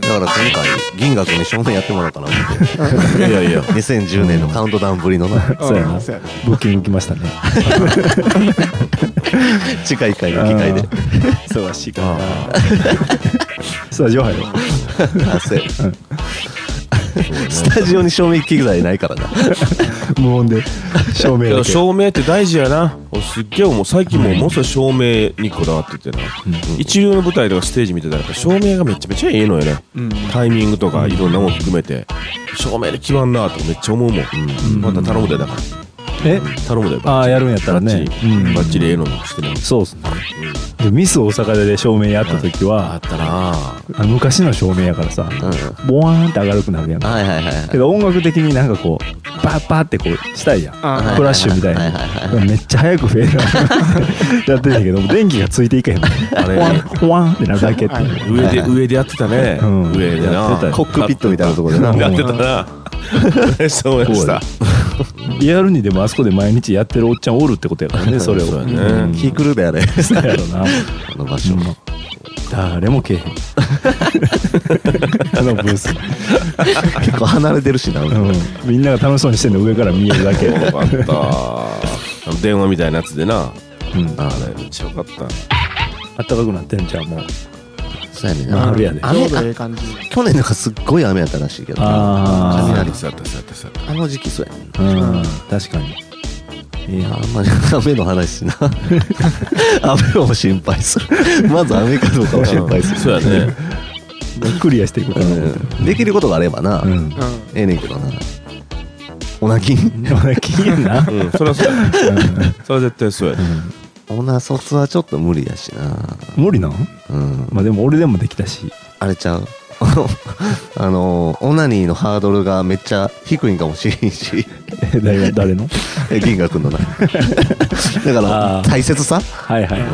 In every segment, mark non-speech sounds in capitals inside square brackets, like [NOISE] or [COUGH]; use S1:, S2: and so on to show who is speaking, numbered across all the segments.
S1: だから前回、銀河君に少年やってもらおうかなと思って。
S2: いやいや。
S1: 2010年のカウントダウンぶりのな、
S3: そうやな
S4: そうやな。
S3: ブッキング来ましたね。
S1: 近い回の機会で。
S3: そうらしいかスタジオ入ろう。
S1: あそうやスタジオに照明機材ないからな。
S3: 無音で。照明
S2: い
S3: だ
S2: や
S3: け。
S2: 照明って大事やな俺すっげえもう最近もうものすごい照明にこだわっててな、一流の舞台とかステージ見てたらやっぱ照明がめちゃめちゃええのよね、タイミングとかいろんなもん含めて照明で決まんなとかめっちゃ思うもん、また頼むでだから
S3: え
S2: 頼むで
S3: ああ、やるんやったらね。うん
S2: バッチリええのにしてね
S3: そうっすね。でミス大阪で照明やった時
S2: あ
S3: は
S2: っ、たなあ
S3: あ昔の照明やからさ、
S1: う
S3: ボワーンって明るくなるやん
S1: ん。。はいはいはい。
S3: けど音楽的になんかこう、パッパッってこうしたいやん。フ
S4: あ
S3: ラッシュみたい
S1: はいはいはい
S3: な。めっちゃ早くフェードアウトやってんだけど、電気がついていけへんの。
S2: あ
S3: ホワン、
S2: れ
S3: ホワンってなるだけっていう。
S2: 上で上でやってたね、
S3: うん
S2: 上
S3: や
S2: で
S3: ってた
S2: な
S3: よ
S1: コックピットみたいなところでな。
S2: やってたな
S3: [LAUGHS]
S2: そうやした
S3: リアルにでもあそこで毎日やってるおっちゃんおるってことやからね、それを。
S2: そうやね、
S3: うん
S1: 気狂うであれ。
S3: そうやろな。
S1: あの場所。
S3: 誰もけえへん。あのブース。
S1: 結構離れてるしな。
S3: うん。みんなが楽しそうにしてんの上から見えるだけ。う。
S2: よかったあの電話みたいなやつでなん
S3: あ
S2: あれめっちゃよかった
S3: ったかくなってんじゃん、もう。
S1: そうやねん
S3: まあ
S1: な。
S3: 春やで。
S4: ちょうどええ感じ。
S1: 去年なんかすっごい雨やったらしいけどな。
S3: あ
S1: 雷
S2: そうやったそうやったそうやっ
S1: あの時期そうやねん
S3: あ。うん。確かに。
S1: いや、あんまり雨の話 [LAUGHS] しな。雨を心配する。まず雨かどうかを心配す
S2: たそうやね
S3: クリアしていこうか
S1: る。
S3: な。
S1: うんできることがあればな。
S3: うん。
S4: う
S1: ええねんけどな。おなきん
S3: でもね、気になる
S2: うんそれはそうやそれは絶対そうや
S1: [LAUGHS] おな卒はちょっと無理やしな。
S3: な。無理なん
S1: うん。
S3: まあでも俺でもできたし。
S1: あれちゃう [LAUGHS] あの、オナニーのハードルがめっちゃ低いんかもしれん [LAUGHS] し、
S3: え誰が誰の
S1: え銀河君のな。 [LAUGHS] だから
S3: あ、ー
S1: 大切さ
S3: はいはいはい。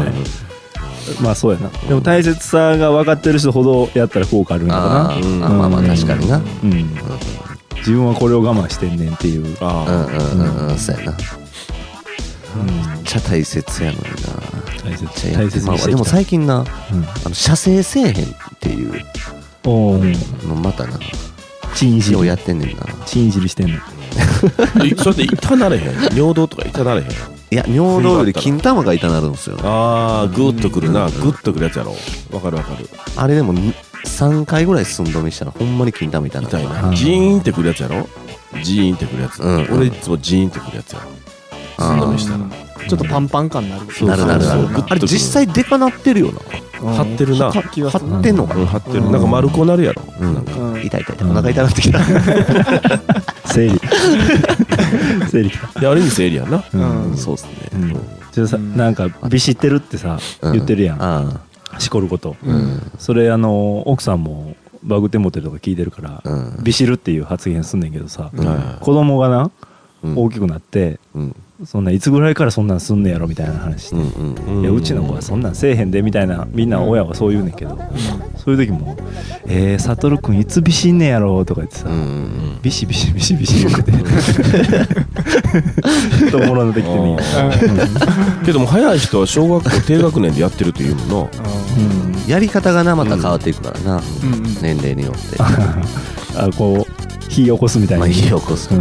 S3: まあそうやな。でも大切さが分かってる人ほどやったら効果あるんだ
S1: あ
S3: か
S1: ー、
S2: うん
S1: あまあまあ
S3: うん
S1: 確かにな。うん
S3: な。うん。自分はこれを我慢してんねんっていう。うん
S2: ああ
S1: うんうんうん、そうやな。めっちゃ大切やのにな。
S3: 大切
S1: めっちゃや
S3: 大
S1: って
S3: 切
S1: まあ
S3: にして
S1: で
S3: い
S1: も
S3: きたい。
S1: 最近な、
S3: うん
S1: あの射精せえへんっていう
S3: おー
S1: のまたな、
S3: チンいじ
S1: 一応
S3: り。
S1: やってんねんな。
S3: チンいじりしてんの。
S2: いそれって痛なれへん尿道とか痛なれへん
S1: いや、尿道より金玉が痛なるんですよ。
S2: ああグッとくるなグッとくるやつやろわかるわかる
S1: あれでも3回ぐらい寸止めしたらほんまに金玉痛なる
S2: 痛い
S3: あ
S2: な
S3: ー
S2: ジーンってくるやつやろジーンってくるやつ
S1: うんうん
S2: 俺いつもジーンってくるやつやろ
S1: あー
S2: 寸止めしたら
S4: ん。ちょっとパンパン感になる。
S2: そう
S1: なるなるな
S4: そ
S1: る
S4: うそうそう
S1: あれ実際デカなってるよな
S4: うん
S2: 張ってるな
S4: 張気がする
S1: 張ってんのか
S2: う
S1: な、
S2: ん張ってるなんか丸くなるやろ
S1: うん
S2: なんか
S4: うん
S1: 痛い痛い痛いお腹痛なってきた
S3: 生理。生理きた。
S2: いやある意味整理やんな
S4: うん
S1: そうっすね
S3: うん。ちょっとさ、
S4: うん
S3: なんか、ビシってるってさ、
S1: うん
S3: 言ってるやん。
S1: あ
S3: しこること。
S1: あうん
S3: それ、あの、奥さんもバグテモテルとか聞いてるから、
S1: うん
S3: ビシるっていう発言すんねんけどさ、
S1: うん
S2: はい
S3: 子供がな、
S1: うん
S3: 大きくなって、
S1: うん
S3: そんないつぐらいからそんなんすんねやろみたいな話して、
S1: うんうん
S2: ん
S3: いやうちの子はそんなんせえへんでみたいなみんな親はそう言うねんけど、そういう時も「えー、サトルくんいつビシんねやろ」とか言ってさ、
S1: うん
S3: ビシビシビシビシ言っててちょっとおもろなってきてね、
S2: けども早い人は小学校低学年でやってるというもんな
S3: うん、
S1: やり方がなまた変わっていくからな、
S4: うんうん
S1: 年齢によって
S3: あこう火起こすみたい
S1: ま
S3: な、
S1: あ火を起こすとか、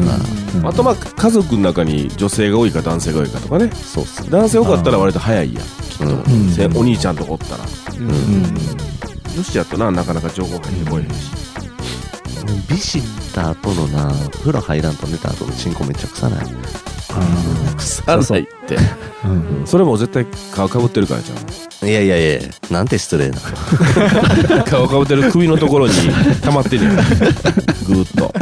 S3: うん
S2: あとまあ家族の中に女性が多いか男性が多いかとかね
S1: そうっすね
S2: 男性多かったら割と早いやんきっと、
S3: ん
S2: せお兄ちゃんとかおったら
S4: うん
S2: 女子やったななかなか情報入ってこいへんし
S1: ビシった後のな風呂入らんと寝た後のチンコめっちゃ臭ない
S2: 腐
S3: ら
S2: な
S3: ないい
S2: っ
S3: ってうんうん
S2: それも絶対顔かぶってるからじゃ
S1: いやいやいやなんて失礼な
S2: ん顔かぶってる首のところに溜まってるやんぐーっと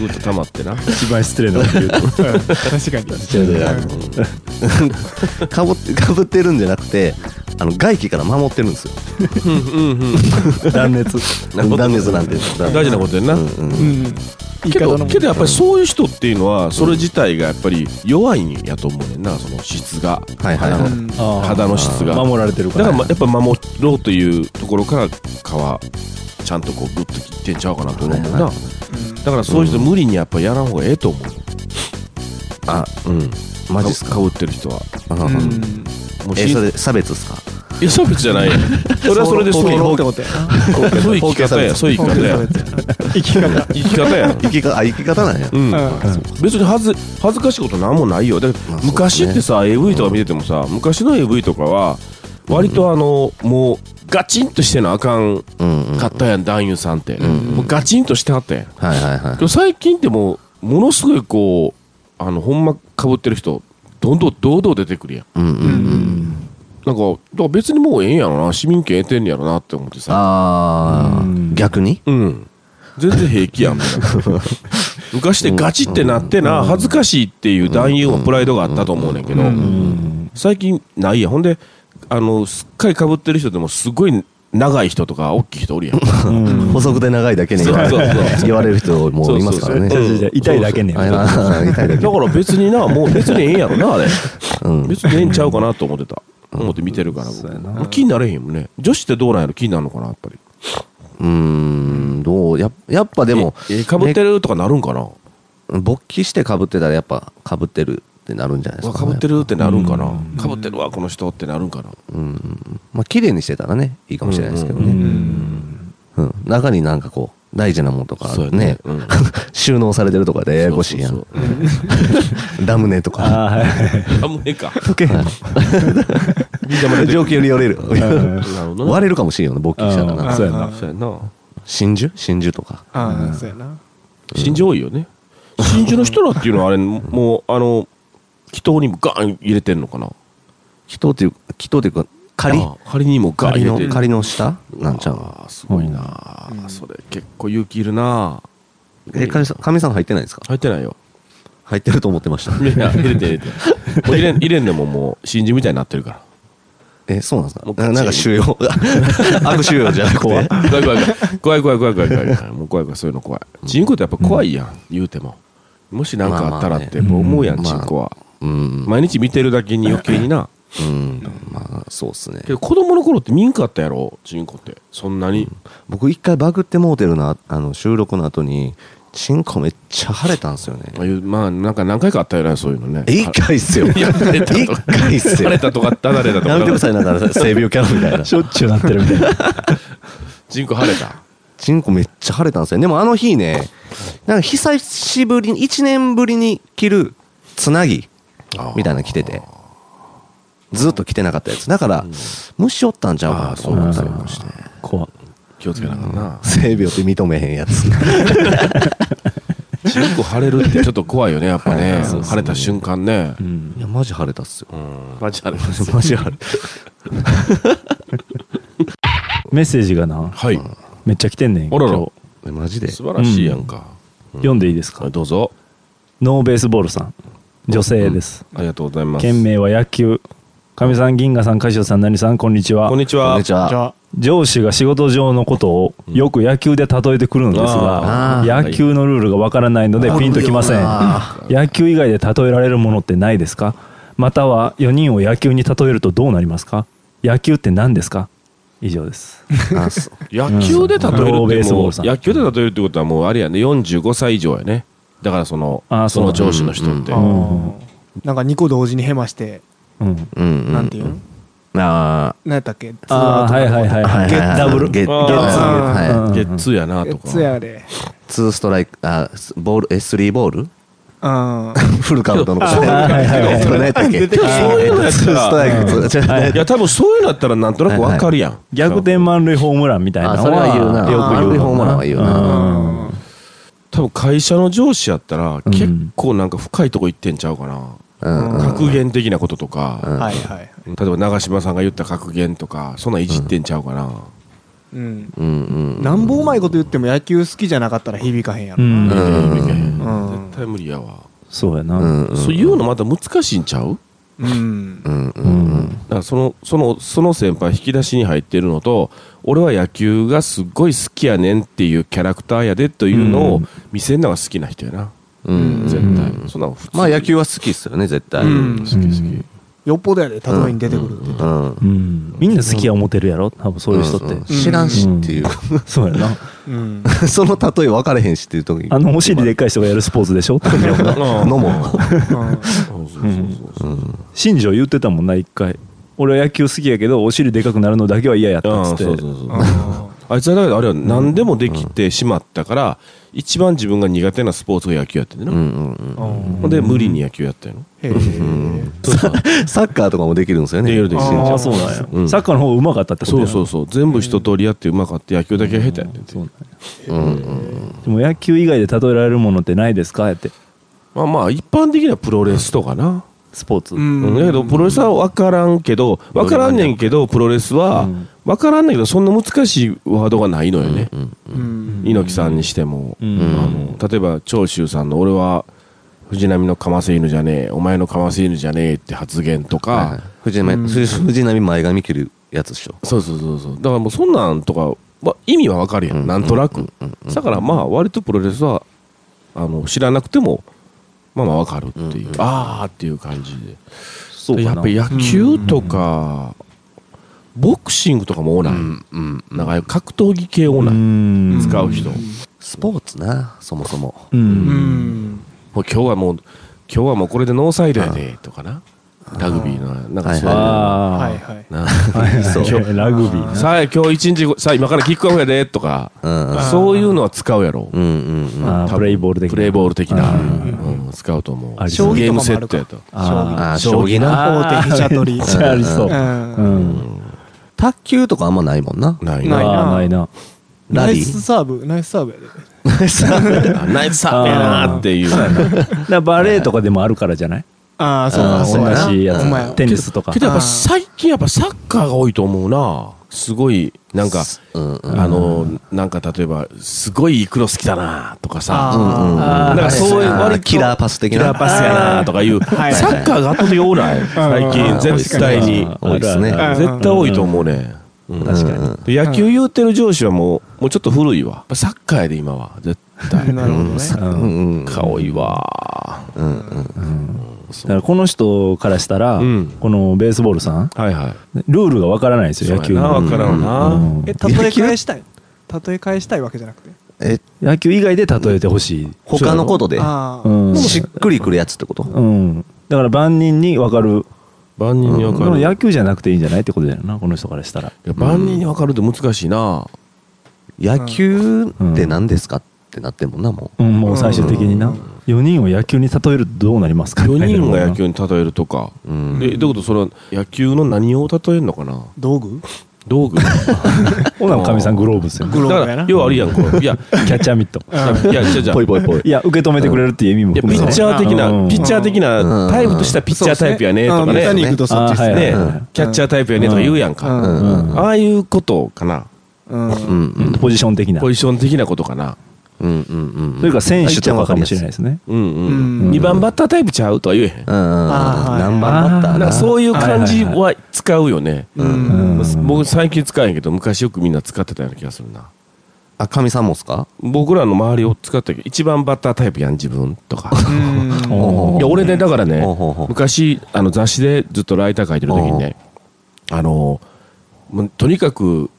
S2: ぐーっと溜まってな
S3: 一番失礼なこと言うと
S4: 確かに。
S1: ちょうどあのかぶって [LAUGHS] かぶってるんじゃなくてあの外気から守ってるんですよ
S2: うんうんうん
S3: 断熱
S1: 断熱 [LAUGHS] なんて
S2: 大事なことやんな、
S1: うんうん
S4: うん。言い
S2: け
S4: 方の
S2: ど
S4: も
S2: けどやっぱりそういう人っていうのはそれ自体がやっぱり弱いんやと思うねんなその質が
S1: はいはいはい
S2: 肌
S4: う
S2: の
S4: ん
S3: あー
S2: 肌の質が
S3: 守られてるか
S2: だから
S3: ら
S2: まやっぱ守ろうというところから皮ちゃんとこうグッと切ってんちゃうかなと思うもんな、
S1: はい
S2: だからそういう人無理にやっぱやらん方がええと思う
S1: あうんマジっす
S2: か
S1: か
S2: ぶってる人は
S1: うん
S4: うん
S2: もう
S1: え
S2: し
S1: それ差別っすか
S2: いや差別じ
S1: [LAUGHS]
S2: ゃないよそれはそれでそう
S4: そうって
S2: そ
S4: 思って。
S2: ういう生き方やそういう生き方や
S4: 生き方。
S2: 生き方や
S1: 生き方あ生き方なんや
S2: うん
S4: うん
S2: 別に恥ず恥ずかしいことなんもないよだから
S1: まあそうだね
S2: 昔ってさ、AV とか見ててもさ昔の AV とかは割とあの、もうガチンとしてなあかん
S1: うんうん
S2: かったやん、男優さんって、
S1: ん
S2: もうガチンとしてはったやんで
S1: はいはいはい
S2: も最近ってもうものすごいこうあのほんまかぶってる人どんどん堂々出てくるやん
S1: うんうんうん
S2: なんかだから別にもうええんやろな市民権得てんやろなって思ってさ
S1: あ
S3: うん
S1: あ逆に
S2: うん全然平気やんみたいな [LAUGHS] 昔ってガチってなってな恥ずかしいっていう男優はプライドがあったと思うねんけど、
S3: うん
S2: 最近ないやんほんであのすっかりかぶってる人でもすごい長い人とか大きい人お [LAUGHS] るやん
S3: うん
S1: 補足で長いだけに言われ
S2: そうそうそ
S1: [LAUGHS]
S2: う
S1: 言われる人もいますからね
S2: そうそうそう
S3: じゃあ痛いだけね
S1: あれな痛いだけ
S2: だから別になもう別にええんやろなあれ
S1: うん
S2: 別にええんちゃうかなと思ってた思って見てるから
S3: そうや
S2: 僕
S3: な
S2: もう気になれへんもんね女子ってどうなんやろ気になるのかなやっぱり
S1: うーんどうややっぱでも
S2: ええかぶってるとかなるんかな
S1: 勃起してかぶってたらやっぱかぶってるってなるんじゃないですか
S2: か
S1: ね
S2: ぶってるってなるんかな
S3: うん
S2: かぶってるわこの人ってなるんかな
S1: うんまあ綺麗にしてたらねいいかもしれないですけど
S3: う
S1: ね
S3: ん
S1: うん中になんかこう大事なものとか
S2: そうやね
S1: ね [LAUGHS]
S2: うん
S1: 収納されてるとかでややこしいや
S2: そ
S1: ん
S2: うそうそう
S1: [LAUGHS] ラムネとか
S3: ああはい
S2: うん [LAUGHS] あもうええか
S3: 溶けへん
S1: 状況によれる
S3: うん
S2: なるほど
S1: [LAUGHS]
S2: ね
S1: 割れるかもしれんよね勃起したら
S3: あ
S1: な
S3: そうやな
S4: あ
S2: そうやな
S1: 真珠真珠とか
S4: ああ、そうやな。
S2: 真珠多いよね真珠の人らっていう
S1: [LAUGHS]
S2: のはあれもうあの祈祷にもガーン入れてんのかな
S1: 祈祷っていう祈祷っていうか仮
S2: あ仮にもガーン
S1: 仮
S2: 入れて
S1: の
S2: る
S1: 仮の下なんちゃうの
S2: あーすごいな、
S4: うん
S2: それ結構勇気いるな
S1: えかみさんかみさん入ってないですか
S2: 入ってないよ
S1: 入ってると思ってました
S2: いやいや入れて入れてもう入れん入れんでももう真珠みたいになってるか
S1: えそうなんです
S2: もう
S1: かななんか収容
S2: [LAUGHS]
S1: 悪収容じゃなくて
S2: ら怖い怖い怖い怖い怖い怖い怖い怖い怖いもう怖い怖いそういうの怖いチンコってやっぱ怖いやん、言うてももし何かあったらってもう思うやん、
S1: まあまあね
S2: チンコは、
S1: うん
S2: 毎日見てるだけに余計にな
S1: うんまあそうっすね
S2: けど子供の頃って見んかったやろチンコってそんなに、
S1: 僕一回バグってもうてるなあの収録の後にチンコめっちゃ腫れたんですよね
S2: ああいうまあなんか何回かあったよねそういうのね
S1: え一回っすよ
S2: [LAUGHS]
S1: 一回っす
S2: 垂
S1: よ
S2: れたとか垂れたと
S1: [LAUGHS]
S2: か
S1: やめてくださいなんか性病キャラみたいな
S3: しょっちゅうなってるみたいな
S2: チンコ腫れた
S1: チンコめっちゃ腫れたんですよでもあの日ねなんか久しぶりに1年ぶりに着るつなぎみたいなの着ててずっと着てなかったやつだから虫しおったんちゃうかなと思ったりもして
S3: [LAUGHS] 怖っ
S2: 気をつけなあかんな、
S1: 性病って認めへんやつ
S2: チンコ腫れるってちょっと怖いよねやっぱね
S1: そうそう
S2: 腫れた瞬間ね
S1: いやマジ腫れたっすよ
S2: マジ腫れます
S1: マジ腫れた
S3: メッセージがな
S2: はい
S3: めっちゃ来てんねん
S2: あらら
S3: 今日
S1: えマジで
S2: 素晴らしいやんか、
S3: 読んでいいです
S2: は
S3: か
S2: いどうぞ
S3: ノーベースボールさん女性です
S2: ありがとうございます
S3: 県名は野球上さん銀河さん柏さん何さんこんにちは
S2: こんにち
S1: こ
S2: は
S1: んにちは
S4: じゃあ、
S3: 上司が仕事上のことをよく野球で例えてくるのです
S1: あ
S3: が
S1: ー
S3: 野球のルールがわからないのでピンときません
S1: あ
S3: 野球以外で例えられるものってないですかまたは4人を野球に例えるとどうなりますか野球って何ですか以上です
S1: あそう
S2: 野球で例えるって
S3: ノーベースボー
S2: も
S3: ル
S2: う
S3: さん
S2: 野球で例えるってことはもうあれやね45歳以上やねだからその
S3: あー
S2: そ
S3: そうな
S2: の
S3: んだ
S2: 上司の人って、
S4: あーなんか2個同時にヘマして、
S3: うん
S1: うんう
S4: なんていうん
S1: んあ
S4: 何やったっけ
S3: ああはいはいはい
S1: ーはいは
S3: はい
S1: いはい
S3: ダブル
S1: ゲッ
S2: あー
S1: ゲッツーはい
S3: うん
S2: ゲッツーやなとか
S4: つやで。
S1: ツーストライク、あ、スボール、え、スリーボール [LAUGHS]
S4: うん。
S1: フルカウントのこと
S2: そう
S1: ね
S3: はいはいはい
S1: えっと何やったっけ
S2: 出てきたそういうのやったら
S1: ツーストライク、ツーちょ
S3: はい
S2: いや多分そういうのやったらなんとなくわかるやん、
S3: 逆転満塁ホームランみたいなの
S1: あそれは言うな
S3: よく言う
S1: 満塁ホームランは言うな
S3: うん
S2: 多分会社の上司やったら
S3: うん
S2: 結構なんか深いとこ行ってんちゃうか
S1: う
S2: な、
S1: んうん
S2: 格言的なこととか、
S4: はいはい。
S2: 例えば長嶋さんが言った格言とかそんなんいじってんちゃうかな、
S4: うん。
S1: うんうん。
S4: なんぼうまいこと言っても野球好きじゃなかったら響かへんやろな。
S3: うん
S1: うん
S4: うん
S2: 絶対無理やわ、
S3: そうや
S1: う
S3: なん
S1: うん。
S2: そういうのまた難しいんちゃう
S4: う
S1: う。ん
S4: ん
S1: う。
S3: うんん
S2: だからそのそのその先輩引き出しに入ってるのと俺は野球がすっごい好きやねんっていうキャラクターやでというの
S3: う
S2: を
S3: ん
S2: 見せるのが好きな人やな、
S1: うん
S2: 絶対、そんなの普通
S1: まあ野球は好きっすよね、絶対。
S4: う
S1: うん
S4: ん。
S3: うん
S4: よっぽどやで、例えに出てくるって。
S1: うん。
S3: うんみんな好きや思てるやろ多分そういう人って
S1: ん知らんしっていう。
S3: そうやな
S4: うん。
S1: [LAUGHS] その例え分かれへんしっていう時
S3: あのお尻でっかい人がやるスポーツ
S1: [LAUGHS]
S3: でしょ
S2: うん
S1: のも。
S4: うん
S2: そうそうそうそう
S3: 新庄言ってたもんな一回俺は野球好きやけどお尻でかくなるのだけは嫌やったっつ
S2: そ
S3: っ
S2: う
S3: て
S2: そうそう
S4: あ
S2: あいつはだけどあれは何でもできてしまったから、一番自分が苦手なスポーツが野球やってんねんな、
S1: うんうんうん
S4: ーうん
S2: ほんで無理に野球やったんやろ
S4: へー
S1: サッカーとかもできるんですよね。
S2: できるできる
S3: ああそうなんや、
S2: うん
S3: サッカーの方がうまかったってこと
S2: そ
S3: や
S2: うそうそう全部一通りやってうまかって野球だけ下手やってんて
S3: そうなんや
S1: うんうん
S3: でも野球以外で例えられるものってないですかって
S2: まあまあ一般的にはプロレスとかな、
S3: スポーツ、
S4: うん
S2: うんだけどプロレスは分からんけど分からんねんけどプロレスは
S3: うん
S2: 分からんねんけどそんな難しいワードがないのよね、
S4: うん
S2: 猪木さんにしても、
S3: うん
S2: あの例えば長州さんの「俺は藤波のかませ犬じゃねえお前のかませ犬じゃねえ」って発言とか、
S1: はいはい藤波、藤藤波前髪切るやつでしょ。
S2: そうそうそうそうだからもうそんなんとか、まあ、意味は分かるやん、
S1: うん
S2: なんとなく、だからまあ割とプロレスはあの知らなくてもまあまあ分かるっていう、ああっていう感じで
S3: そうかな
S2: やっぱり野球とか、ボクシングとかもオーナー、
S1: うん
S2: なんかああいう格闘技系オーナー、
S3: ん
S2: 使う人、
S1: スポーツな、そもそも。
S3: うん
S4: うん
S2: もう今日はもう今日はもうこれでノーサイドやでとかなラグビーのなんかそういうの
S3: ああ、
S4: はいはい
S2: な
S3: そう
S2: 今
S3: ラグビー
S2: 日さあ今日一日後さあ今からキックオフやでとか
S1: うんうん
S2: そういうのは使うやろ
S1: うんうん
S3: なあープレイボール的な
S2: プレイボール的な、
S3: う
S2: うん、使うと思
S3: あ
S2: う
S3: りそう
S2: ゲームセットやと
S1: あ
S3: あ
S1: ー
S2: 将棋
S1: 将棋な。
S4: 大手飛車取り
S3: めっちゃありそうう、う
S4: うん
S3: ん、
S1: 卓球とかあんまないもんな。
S2: ない
S4: な
S2: ない
S3: あーないな
S1: ラ
S4: ナ
S1: リ
S4: イ
S1: ー
S4: スサーブナイスサーブやで
S2: あナイスサーブやなーっていう
S3: だからバレーとかでもあるからじゃない
S4: ああそう
S1: あー
S4: かそうやな
S3: 同じやつ
S4: お前
S3: テニスとか
S2: けどやっ
S4: あー
S2: ぱ最近やっぱサッカーが多いと思うなすごいなんか
S1: うんうん。
S2: あのなんか例えばすごいイクロス好きだなとかさ
S4: あー
S1: うんうん
S3: あー
S2: なんかそういう
S1: あー
S2: 割と
S1: キラーパス的な
S2: キラーパスやなとかいう、
S4: はい
S2: サッカーが圧倒的多ない最
S4: うん
S2: 近絶対に
S3: あ
S1: 多いですね。
S3: あるあ
S4: る
S2: 絶対多いと思うね、うん
S3: 確かに、
S2: で野球言うてる上司はもうもうちょっと古いわやっぱサッカーやで今は絶
S4: [LAUGHS]
S2: 対
S4: なるほどね
S1: うんうん。
S2: か多いわ
S1: うんうん。
S3: だからこの人からしたら、
S2: うん
S3: このベースボールさん
S2: はいはい
S3: ルールがわからないんです
S2: そう
S3: よ
S2: や
S3: 野球
S2: な
S3: の
S2: 分からんな、
S3: うん
S4: え例え返したい例え返したいわけじゃなくて
S1: え、
S3: 野球以外で例えてほしい、
S1: 他のことで、
S4: ああ
S3: うん
S1: しっくりくるやつってこと
S3: うん、だから万人にわかる
S2: 万人に分
S3: で
S2: かる、
S3: も
S2: いや
S3: 野球じゃなくていいんじゃないってことだよなこの人からしたら
S2: 万人に分かるって難しいな、
S1: 野球って何ですかってなってんもんな、も
S3: うん、もう最終的にな、
S4: うん
S3: 4人を野球に例えるとどうなりますか
S2: 4人が野球に例えるとか、
S1: う。うん。
S2: でどういうことそれは野球の何を例えるのかな
S4: 道具
S2: 道具
S3: ほなかみさんグローブですよ
S4: グローブ
S2: だ
S4: や
S2: から
S4: な
S2: 要はあるやんこういや
S3: キャッチャーミット
S2: いやじゃじゃ
S1: ぽいぽいぽい。
S3: いや受け止めてくれるっていう意味も
S2: いやピ
S3: 含めて
S2: ッチャー的
S3: う
S2: なんピッチャー的
S1: う
S2: なんタイプとしたピッチャータイプやねとか
S4: そうで
S2: ね
S4: すあーメタに行くとそっちです
S3: あーはい
S4: ね
S2: ね
S1: うん
S2: キャッチャータイプやねとか言うやん
S4: う
S2: か、
S4: ん
S1: うん
S2: ああいうことかな
S4: うん
S1: うんうん。
S3: ポジション的な
S2: ポジション的なことかな
S1: うんうんうん。
S3: というか選手とかかもしれないですね
S2: うんう
S4: うん
S2: ん2番バッタータイプちゃうとは言えへん
S1: うんうんうん。
S4: あーはい
S1: 何番バッター
S2: なん
S1: な
S2: かそういう感じは使うよね、
S4: うん
S3: うん
S2: 僕最近使えんけど昔よくみんな使ってたような気がするな
S1: あ、かみさんもっすか
S2: 僕らの周りを使ったけど一番バッタータイプやん自分とか
S4: うん
S1: お
S2: いや俺ねだからね
S1: ほうほうほう
S2: 昔あの雑誌でずっとライター書いてる時にねあのもうとにかく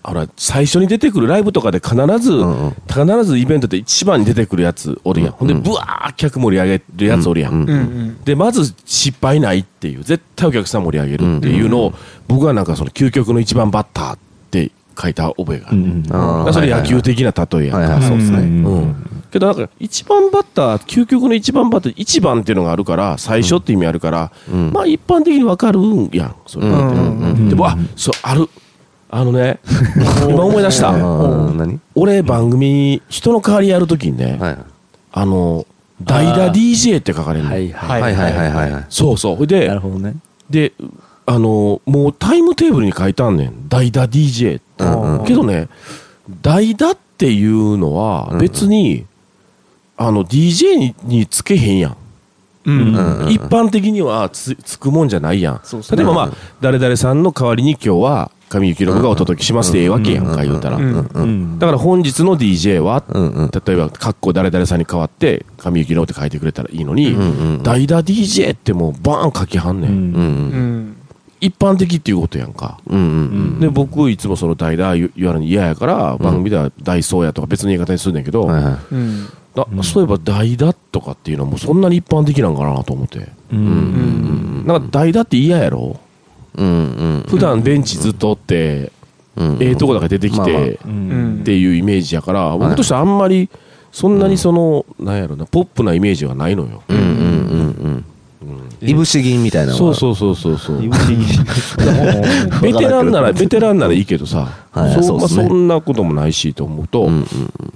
S2: あら最初に出てくるライブとかで必ず、
S1: んうん
S2: 必ずイベントで一番に出てくるやつおるやん、ほんでブワー客盛り上げるやつおるやん、
S4: うんうん
S2: でまず失敗ないっていう絶対お客さん盛り上げるっていうのを、僕はなんかその究極の一番バッターって書いた覚えがあ
S3: う
S2: る、
S3: んうん
S2: だ
S1: あ
S2: か
S1: ー
S2: らそれ野球的な例えやんか、
S1: はいはいはいそうですね。
S2: うん、けどなんか一番バッター究極の一番バッター一番っていうのがあるから最初って意味あるから、
S1: うん
S2: まあ一般的にわかるんやんそれ、
S4: うん
S2: でもあそうあるあのね今思い出し
S1: あ
S2: た
S1: ー何
S2: 俺番組人の代わりやるときにね、
S1: はい
S2: あの代打 DJ って書かれるの、
S3: はいはい
S1: はいはいはいはいはい。
S2: そうそうほいで
S3: なるほどね
S2: であのもうタイムテーブルに書いてあんねん代打 DJ って、
S1: うんうん
S2: けどね代打っていうのは別に、あの DJ ににつけへんやん、
S4: うん
S1: うんうんうん
S2: 一般的にはつつくもんじゃないやん
S4: そうそう
S2: 例えばまあ、誰々さんの代わりに今日は神幸信がお届けしますでええわけやんか言うたら、
S4: うん
S3: うん
S2: だから本日の DJ は、
S1: うんうん
S2: 例えば、かっこ誰々さんに代わって、神幸信って書いてくれたらいいのに、
S1: んうん
S2: 代打 DJ ってもうバーン書きはんねん。
S3: うん
S1: うん
S4: うん
S2: 一般的っていうことやんか。
S1: うんうん
S2: で、僕、いつもその代打言われるの嫌やから、番組では代走やとか別の言い方にするんだけど、
S1: うん。はいはい。
S4: うん
S2: だそういえば代打とかっていうのはもうそんなに一般的なんかなと思って。
S3: うん
S4: うん
S2: なんか代打って嫌やろ
S1: うんうん
S2: 普段ベンチずっとおって、
S1: うん
S2: ええとこだけ出てき
S1: まあまあ
S2: て、
S3: う
S4: うんん
S2: っていうイメージやから、僕としてはあんまり、そんなにその、なんやろな、ポップなイメージはないのよ。
S1: うんうんうんうんいぶし銀みたいなの
S2: そ
S1: が
S2: うそうそうそうそう。ベ
S1: ベ
S2: テランなら、ベテランならいいけどさ、
S1: はい
S2: そう
S1: そう
S2: ま
S1: っ
S2: あ、
S1: すね
S2: そんなこともないしと思うと、
S1: うん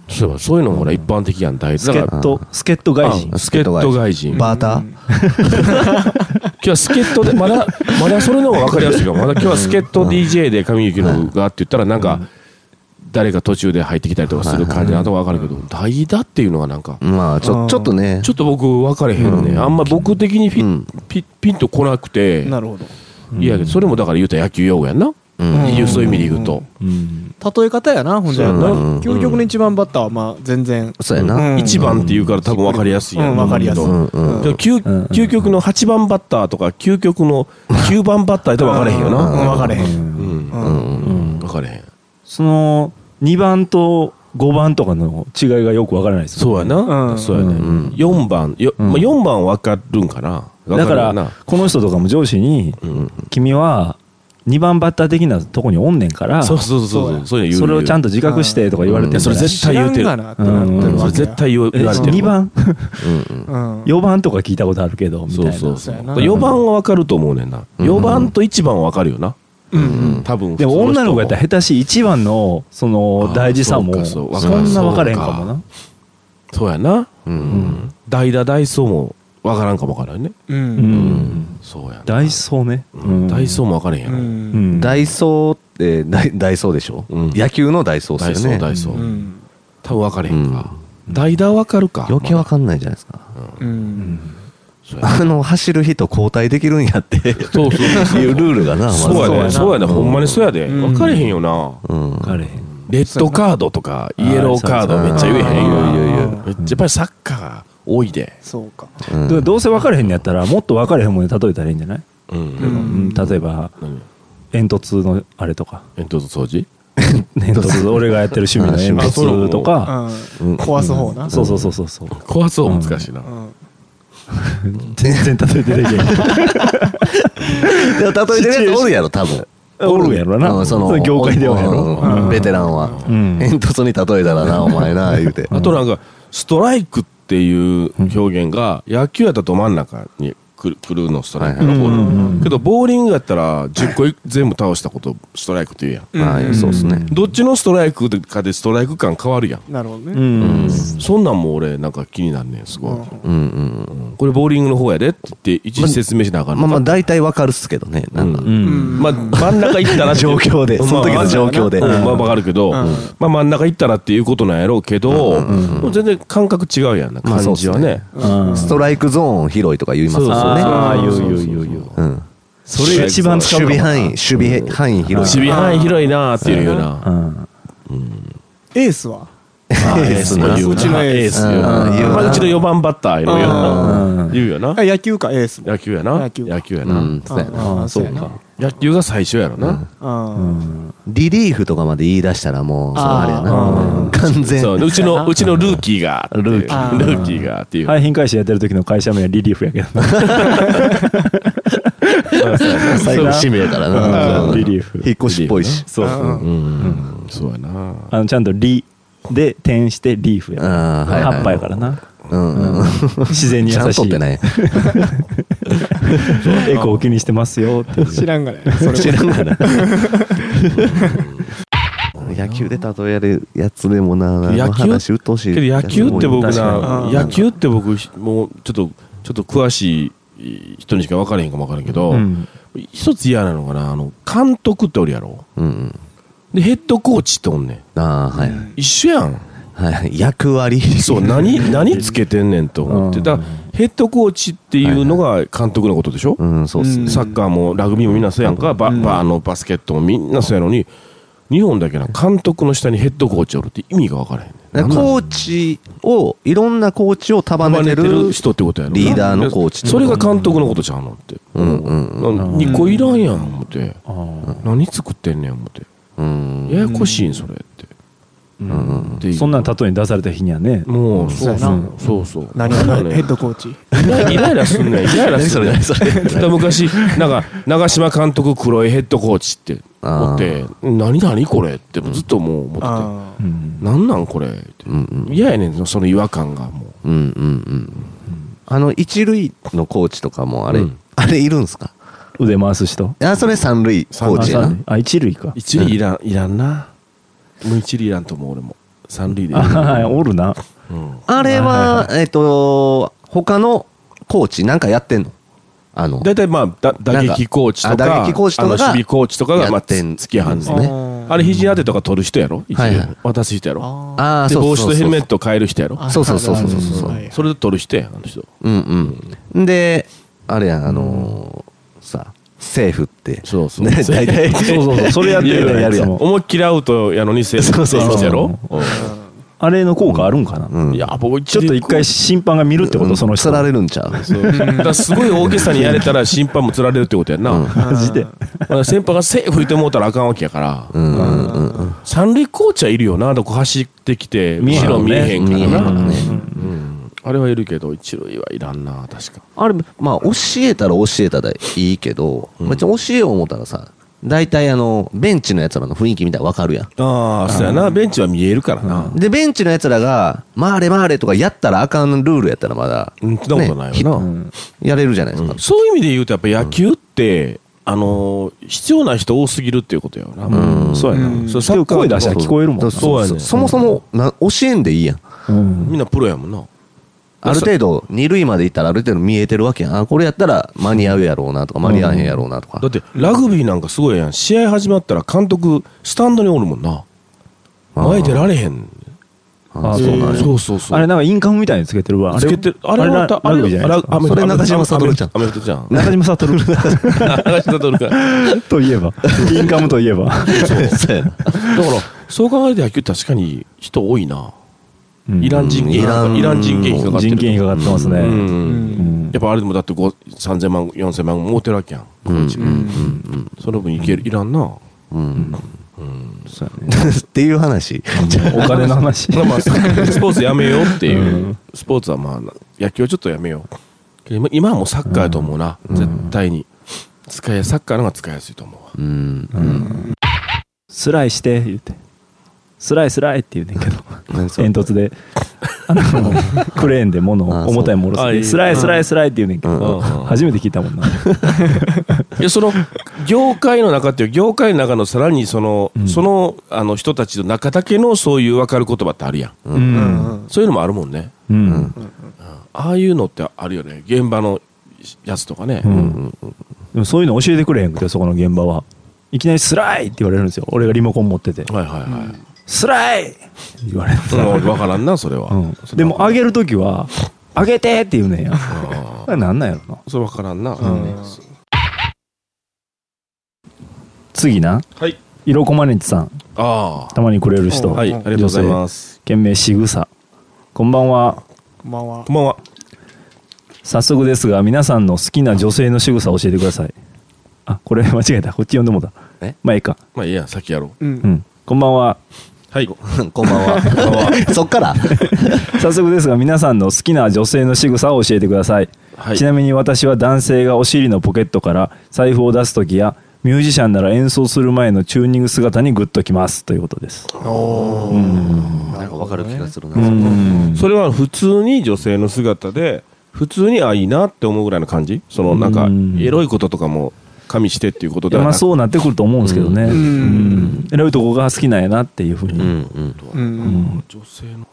S2: そういえばそういうのもほら一般的やん、大
S3: 助
S2: 体。だか
S3: っ人助っ人
S2: ら、
S3: 外人
S2: あ助っ人外人。今
S1: バーター
S2: 日は助っ人で、まだ、まだそれの方が分かりやすいかも。まだ今日は助っ人 DJ で神幸のがって言ったら、なんか、誰か途中で入ってきたりとかする感じなとは分かるけど、代打っていうのがなんか、
S1: まあちょちょっとね
S2: ちょっと僕分かれへんね。あんま僕的にフィ
S1: うん
S2: ピピンと来なくて、
S4: なるほど
S2: いやけど、それもだから言うたら野球用語やんな。
S1: うん
S2: いうそういう意味で言うと。
S3: うん
S4: 例え方やなほんじゃ
S1: そうやなうん
S4: 究極の一番バッターはまあ全然
S1: そうやな
S4: うん
S2: 一番っていうから多分分かりやすいや
S4: うん
S2: ん。
S4: 分かりやすい
S1: うんうん
S2: でも究
S3: うん
S2: 究極の8番バッターとか究極の9番バッターで分かれへんよ
S4: うん
S2: な。
S4: 分かれへん
S2: うん
S4: う
S1: うん
S4: ん
S2: うん分かれへん。
S3: その2番と5番とかの違いがよくわからないです
S2: そうや
S4: う
S2: な。
S4: ん
S2: そうや
S3: うん
S2: ね。4番、よ
S3: うん
S2: まあ4番分かるんかな。
S3: だか
S2: 分るよ
S3: ら
S2: な
S3: この人とかも上司に
S2: うん
S3: 「君は2番バッター的なとこにおんねんから
S2: そう
S3: そ
S2: そうそうそう。そういうの言う
S3: れをちゃん
S2: と。
S3: と自覚して」とか言われて
S2: いや
S3: る
S2: それ絶対言うて
S4: 知
S2: る
S4: らんがなってなって
S3: うん
S4: る
S2: そ
S4: わ
S2: れ
S4: けや
S2: 絶対言わ言われてる。
S3: 2番
S1: うん
S4: うん
S3: 4番とか聞いたことあるけどみたい
S2: そ
S3: な
S2: うそうそう。
S4: みたいな
S2: 4番は分かると思うねんな。4番と1番は分かるよな。
S4: うん
S2: 多分。
S3: でも女の子やったら
S2: 下
S3: 下手し1番のその大事さ
S2: あ
S3: も
S2: ー
S3: そ
S2: そ
S3: ん
S2: うかそうわかる
S3: な分からへんかもな
S2: 手。そうやな。
S1: う
S2: うんん。代打、代走も分からんかも分からんね。
S4: う
S3: うんん
S2: そうやな。
S3: ダイソーね
S2: うんダイソーも分からへんや
S4: う
S2: ろ。
S4: ん
S1: ダイソーってダイダイソーでしょ
S2: うん
S1: 野球のダイソー
S2: ダ
S1: で
S2: イ
S1: す
S2: ソ
S1: よ
S2: ー、
S1: ね
S2: ダイソ
S4: う
S2: ー。
S4: ん
S2: 多分分かれへんか。代打分かるか。
S1: 余計
S2: ま
S1: わ
S2: だ
S1: かんないじゃないですか
S4: うん
S2: そうやな
S1: あの走る人交代できるんやっていう
S2: そうそうそう
S1: ルールがなまず
S2: [LAUGHS] そうやね。そうやね。
S1: ん
S2: ほんまにそうやで。
S4: うん
S2: 分かれへんよな。
S1: うん
S3: 分かれへん
S2: レッドカードとか、イエローカードめっちゃ言えへん
S1: あー
S2: よ。
S1: 言う言う
S4: 言う
S2: めっちゃやっぱりサッカーが多いで。
S4: そうか
S1: うん
S3: でどうせ分かれへんのやったらもっと分かれへんもんで例えたらいいんじゃない
S2: うん。
S3: うん例えば
S2: 何
S3: 煙突のあれとか
S2: 煙突掃除
S3: 煙突俺がやってる趣味の煙突とか
S4: うん壊す方な
S3: そうそうそうそうそう
S2: 壊す方難しいな。
S4: うん
S3: 全然例えてできへ
S1: でも例えてるやつおるやろ多分
S3: んおるやろ
S1: う
S3: な
S1: そ
S3: んそ
S1: の
S3: れ業界ではやろ
S1: うんベテランは
S3: うん
S1: 煙突に例えたらなお前な言うて
S2: あとなんか、ストライクっていう表現が、野球やったらど真ん中に来る来るのストライクのボ
S3: はいはいうん
S2: ール。けど、ボーリングやったら、10個い全部倒したこと、ストライクって言うや
S1: まあそうっすね
S2: ん。どっちのストライクかでストライク感変わるやん。
S4: なるほど
S3: う
S4: ね
S3: ん
S2: そんなんも俺、なんか気になんねん、すごい。
S1: うんうん
S2: これボーリングの方やでって言って、一時説明しなあかん
S1: まあ
S2: の
S1: まあ
S2: か。
S1: 大体わかるっすけどねなんか
S3: う
S4: うんん
S2: まあ、真ん中行ったらって
S1: 状況で
S2: まあ
S1: その時の状況で
S2: まあまあまあ、わかるけど、
S4: ん
S2: まあ真ん中行ったらっていうことなんやろうけど、もう全然感覚違うやんな、
S1: まあ
S2: 感じはね。
S3: うん
S1: ストライクゾーン広いとか言いますよね
S3: ああ言う
S2: そう
S3: 言う
S2: そうそう
S3: 言う言う
S1: うん
S2: そ
S3: れが一番使うかも
S1: 守備範囲守備範囲
S2: 守
S1: 広い
S2: 備範囲広いなーっていうような。
S3: うん
S4: エースは
S2: あーエースも言う
S4: うちの
S2: な。
S4: エース
S2: 言うな
S1: うん言うな
S2: まあうちの4番バッター言うよ
S3: う。
S2: なん言うよな
S4: あ。野球かエースも
S2: 野球やな。野
S4: 野球
S2: 球や
S1: う。
S2: なん
S1: そうやな
S3: ああそうか
S2: 野球が最初やろな。
S4: あ
S1: リリーフとかまで言い出したらもうそのあれやな完全
S2: そう。うちの、うちのルーキーがっていう。 [LAUGHS] ル
S1: ルー
S4: キー
S2: ーキーがっていう。
S3: 廃品回収やってる時の会社名はリリーフやけどな
S1: 最後の使命やからな
S3: うんリリーフ
S1: 引っ越しっぽいし
S3: そうそう
S4: うん
S2: うん。そうやな。
S3: あのちゃんと「リ」で点して「リーフや
S1: うんはいはい
S3: 葉っぱやからな
S1: うんうん
S3: 自然に
S1: ちゃ
S3: 優
S1: ん
S3: し
S1: とっ
S3: い
S1: てない
S3: エコを気にしてますよっていう
S4: あ知らんがねそれ
S1: 知らんがな野球で例えるやつでもなあの
S2: 野球
S1: 話うっとうしい
S2: けど野球って僕
S1: 確か
S2: な、
S4: に
S2: 野球って僕、もうちょっと、ちょっと詳しい人にしか分からへんかも分からんけど、
S3: うん
S2: 一つ嫌なのがな、あの、監督っておるやろ。
S1: にうんうん
S2: で、ヘッドコーチっておんねん。
S1: ああはい
S2: 一緒やん。
S1: はいはい役割
S2: そう、何、
S1: [LAUGHS]
S2: 何つけてんねんと思って。
S3: うん
S2: だから、ヘッドコーチっていうのが監督のことでしょ、
S1: うんそうっすね
S2: サッカーもラグビーもみんなそうやんか、ババあのバスケットもみんなそうやのに、日本だけな、監督の下にヘッドコーチおるって意味が分からへんね
S1: だか
S2: ん。
S1: らコーチをいろんなコーチを束
S2: 束
S1: ね
S2: ね
S1: て
S2: て
S1: る
S2: る人ってことやろ
S1: リーダーのコーチってこと
S2: それが監督のことちゃうのって
S1: うんうんう
S2: 2個いらんやん思って
S3: あー
S2: 何作ってんねん思って
S1: うん
S2: ややこしいんそれって
S1: うん
S2: で
S3: そんなん例えに出された日にはね
S2: もうそう
S4: そうやな
S2: そうそう
S4: 何がヘッドコーチ
S2: ヘ [LAUGHS] イライラすんねんイライラすんねん
S1: 何それ何それ
S2: だから昔なんか長嶋監督黒いヘッドコーチって思って「何何これ?」ってずっともう思って
S4: あ
S3: う
S4: ー
S2: て「
S3: ん
S2: 何なんこれ?」って
S1: うんうん
S2: 嫌やねんその違和感がも
S1: うんうんうんあの一塁のコーチとかもあれ、
S2: うん
S1: あれいるんすか
S3: 腕回す人
S1: あそれ三塁コー
S3: あ
S1: チやな
S3: 三塁あ一塁か
S2: う一塁いらんいらんなもう一塁いらんと思う俺も三塁でいい
S3: あはい [LAUGHS] おるな
S2: うん
S1: あれは、えっ、と他のコーチなんかやってんのあの
S2: 大体まあだ打撃コーチとか
S1: あ打撃コーチとかが
S2: あの守備コーチとかがま
S1: や
S2: あ
S1: って
S2: つ
S1: ん
S2: 突きはん
S1: です
S2: ね
S1: ね
S4: あー
S2: あれ肘当てとか取る人やろ一塁
S1: はいはい
S2: 渡す人やろ
S4: あー
S1: ああ
S2: で
S1: そう
S2: 帽
S1: そう
S2: 子
S1: そう
S2: とヘルメット変える人やろ
S4: あ
S1: そうそうそうそうそうそう
S4: はい
S2: それで取る人やあの人
S1: うんうんであれやんあのーさセーフって
S2: そうそう
S1: ね [LAUGHS] 大体
S3: そうそうそうそれやってるよね
S1: や
S3: や
S1: る
S3: る
S1: や
S3: や
S1: る
S3: も
S2: 思いっきりアウトやのにセーフ
S1: そうそうそう
S2: セーフやろ
S3: あれの効果あるんかな、
S1: うん
S2: いや僕
S3: ちょっと一回審判が見るってこと、その人
S1: 釣られるんちゃう
S2: そうだからすごい大げさにやれたら審判も釣られるってことやんな、
S1: うん
S2: ま
S3: マジで
S2: あ先輩がセーフ言ってもうたらあかんわけやから、
S1: うんうんうん
S2: 三塁コーチはいるよなどこ走ってきて
S3: 見えへん
S2: 後ろ見えへんか
S1: 見えへ
S2: ら
S1: ん
S2: な、
S1: からね
S2: うんあれはいるけど一塁はいらんな確か
S1: [LAUGHS] あれまあ教えたら教えたでいいけど、別に教えよう思ったらさ大体あのベンチのやつらの雰囲気見たらわかるやん
S2: ああそうやなベンチは見えるからな、
S1: でベンチのやつらが「回れ回れ」とかやったらあかんルールやったらまだ、
S2: うんそんなことないよな
S1: ねひやれるじゃないですか、
S2: そういう意味で言うとやっぱ野球って、あのー必要な人多すぎるっていうことやよな、
S3: うんそうやな、
S4: うん
S3: そういう声出したら聞こえるもんな
S1: だから
S2: そうやねん
S1: そもそもな教えんでいいやん
S3: うん
S2: みんなプロやもんな
S1: ある程度二塁まで行ったらある程度見えてるわけやんあこれやったら間に合うやろうなとか間に合わへんやろうなとか、
S2: だってラグビーなんかすごいやん試合始まったら監督スタンドにおるもんな
S1: あー
S2: 前出られへん
S1: あ
S3: あ
S1: そうなんや
S2: そうそうそう
S3: あれなんか印鑑みたいにつけてるわあ
S2: つ
S3: れ
S2: けてるあれ
S3: ラ
S2: は
S3: ラグビーじゃないですか
S2: あれ
S1: それ中島
S2: アメ
S1: 悟
S2: フ
S1: ちゃん
S2: アメフトじゃん
S3: 中島悟
S2: 中島悟か
S3: [LAUGHS] といえばインカムといえば
S1: そうやな
S2: だからそう考えると野球確かに人多いなイラン人件費か
S1: うん
S2: イラン人件費かかってる
S3: 人件費かかってますね、
S2: う
S4: うんん
S2: やっぱあれでもだって5 3000万4000万儲けるわけやん
S1: うんうん
S2: その分いけるいらんな
S1: うんうん
S3: そうやね
S1: っていう話
S3: [LAUGHS] お金の話
S2: まあまあ、スポーツやめようっていう、スポーツはまあ、野球をちょっとやめよう。けど今今はもうサッカーやと思うな、絶対に。使いサッカーの方が使いやすいと思うわ。
S1: うん
S3: スライして言ってスライスライって言うねんけど
S1: 何それ
S3: 煙突であのクレーンで物を重たいものを下ろ
S2: あ
S3: す
S2: いい
S3: スライスライスライって言うねんけ
S1: うん
S3: ど初めて聞いたもんな
S2: いや、その、業界の中っていう、業界の中のさらにその、その、あの人たちの中だけのそういう分かる言葉ってあるやん。
S3: う
S4: うんん
S2: そういうのもあるもんね。
S3: うん
S2: ああいうのってあるよね。現場のやつとかね。
S3: うんでもそういうの教えてくれへんくてそこの現場はいきなりスライって言われるんですよ俺がリモコン持ってて
S2: はいはいはい。
S3: スライって言われる
S2: うん、分からんな、それは。
S3: うん
S2: そ
S3: で
S2: れは
S3: も上げるときは上げてって言うねんやあれなんなんやろな
S2: それ分からんな。
S3: 次な
S2: はい。
S3: 色こまねちさん
S2: あ
S3: たまにくれる人
S2: あ。はい、ありがとうございます。
S3: 件名しぐさこんばんは
S4: こんばんは
S2: こんばんは。
S3: 早速ですが皆さんの好きな女性の仕草を教えてくださいあこれ間違えたこっち読んでもだ
S1: え
S3: まあいいか
S2: まあいいや、先やろう。
S4: うん
S3: うんこんばんは
S2: はい。
S1: こんばんは。そっから
S3: 早速ですが皆さんの好きな女性の仕草を教えてください、
S2: はい
S3: ちなみに私は男性がお尻のポケットから財布を出す時やミュージシャンなら演奏する前のチューニング姿にグッときますということです
S1: なんかわかる気がするな。
S3: うん
S2: それは普通に女性の姿で、普通に、あ、いいなって思うぐらいの感じその、なんか
S3: うん、
S2: エロいこととかも加味してっていうことでは
S3: ま
S2: な
S3: あ
S2: く
S3: そうなってくると思うんですけどね、うんんエロいとこが好きなんやなっていうふうに、
S1: うんうん。
S4: うん
S2: 女性の。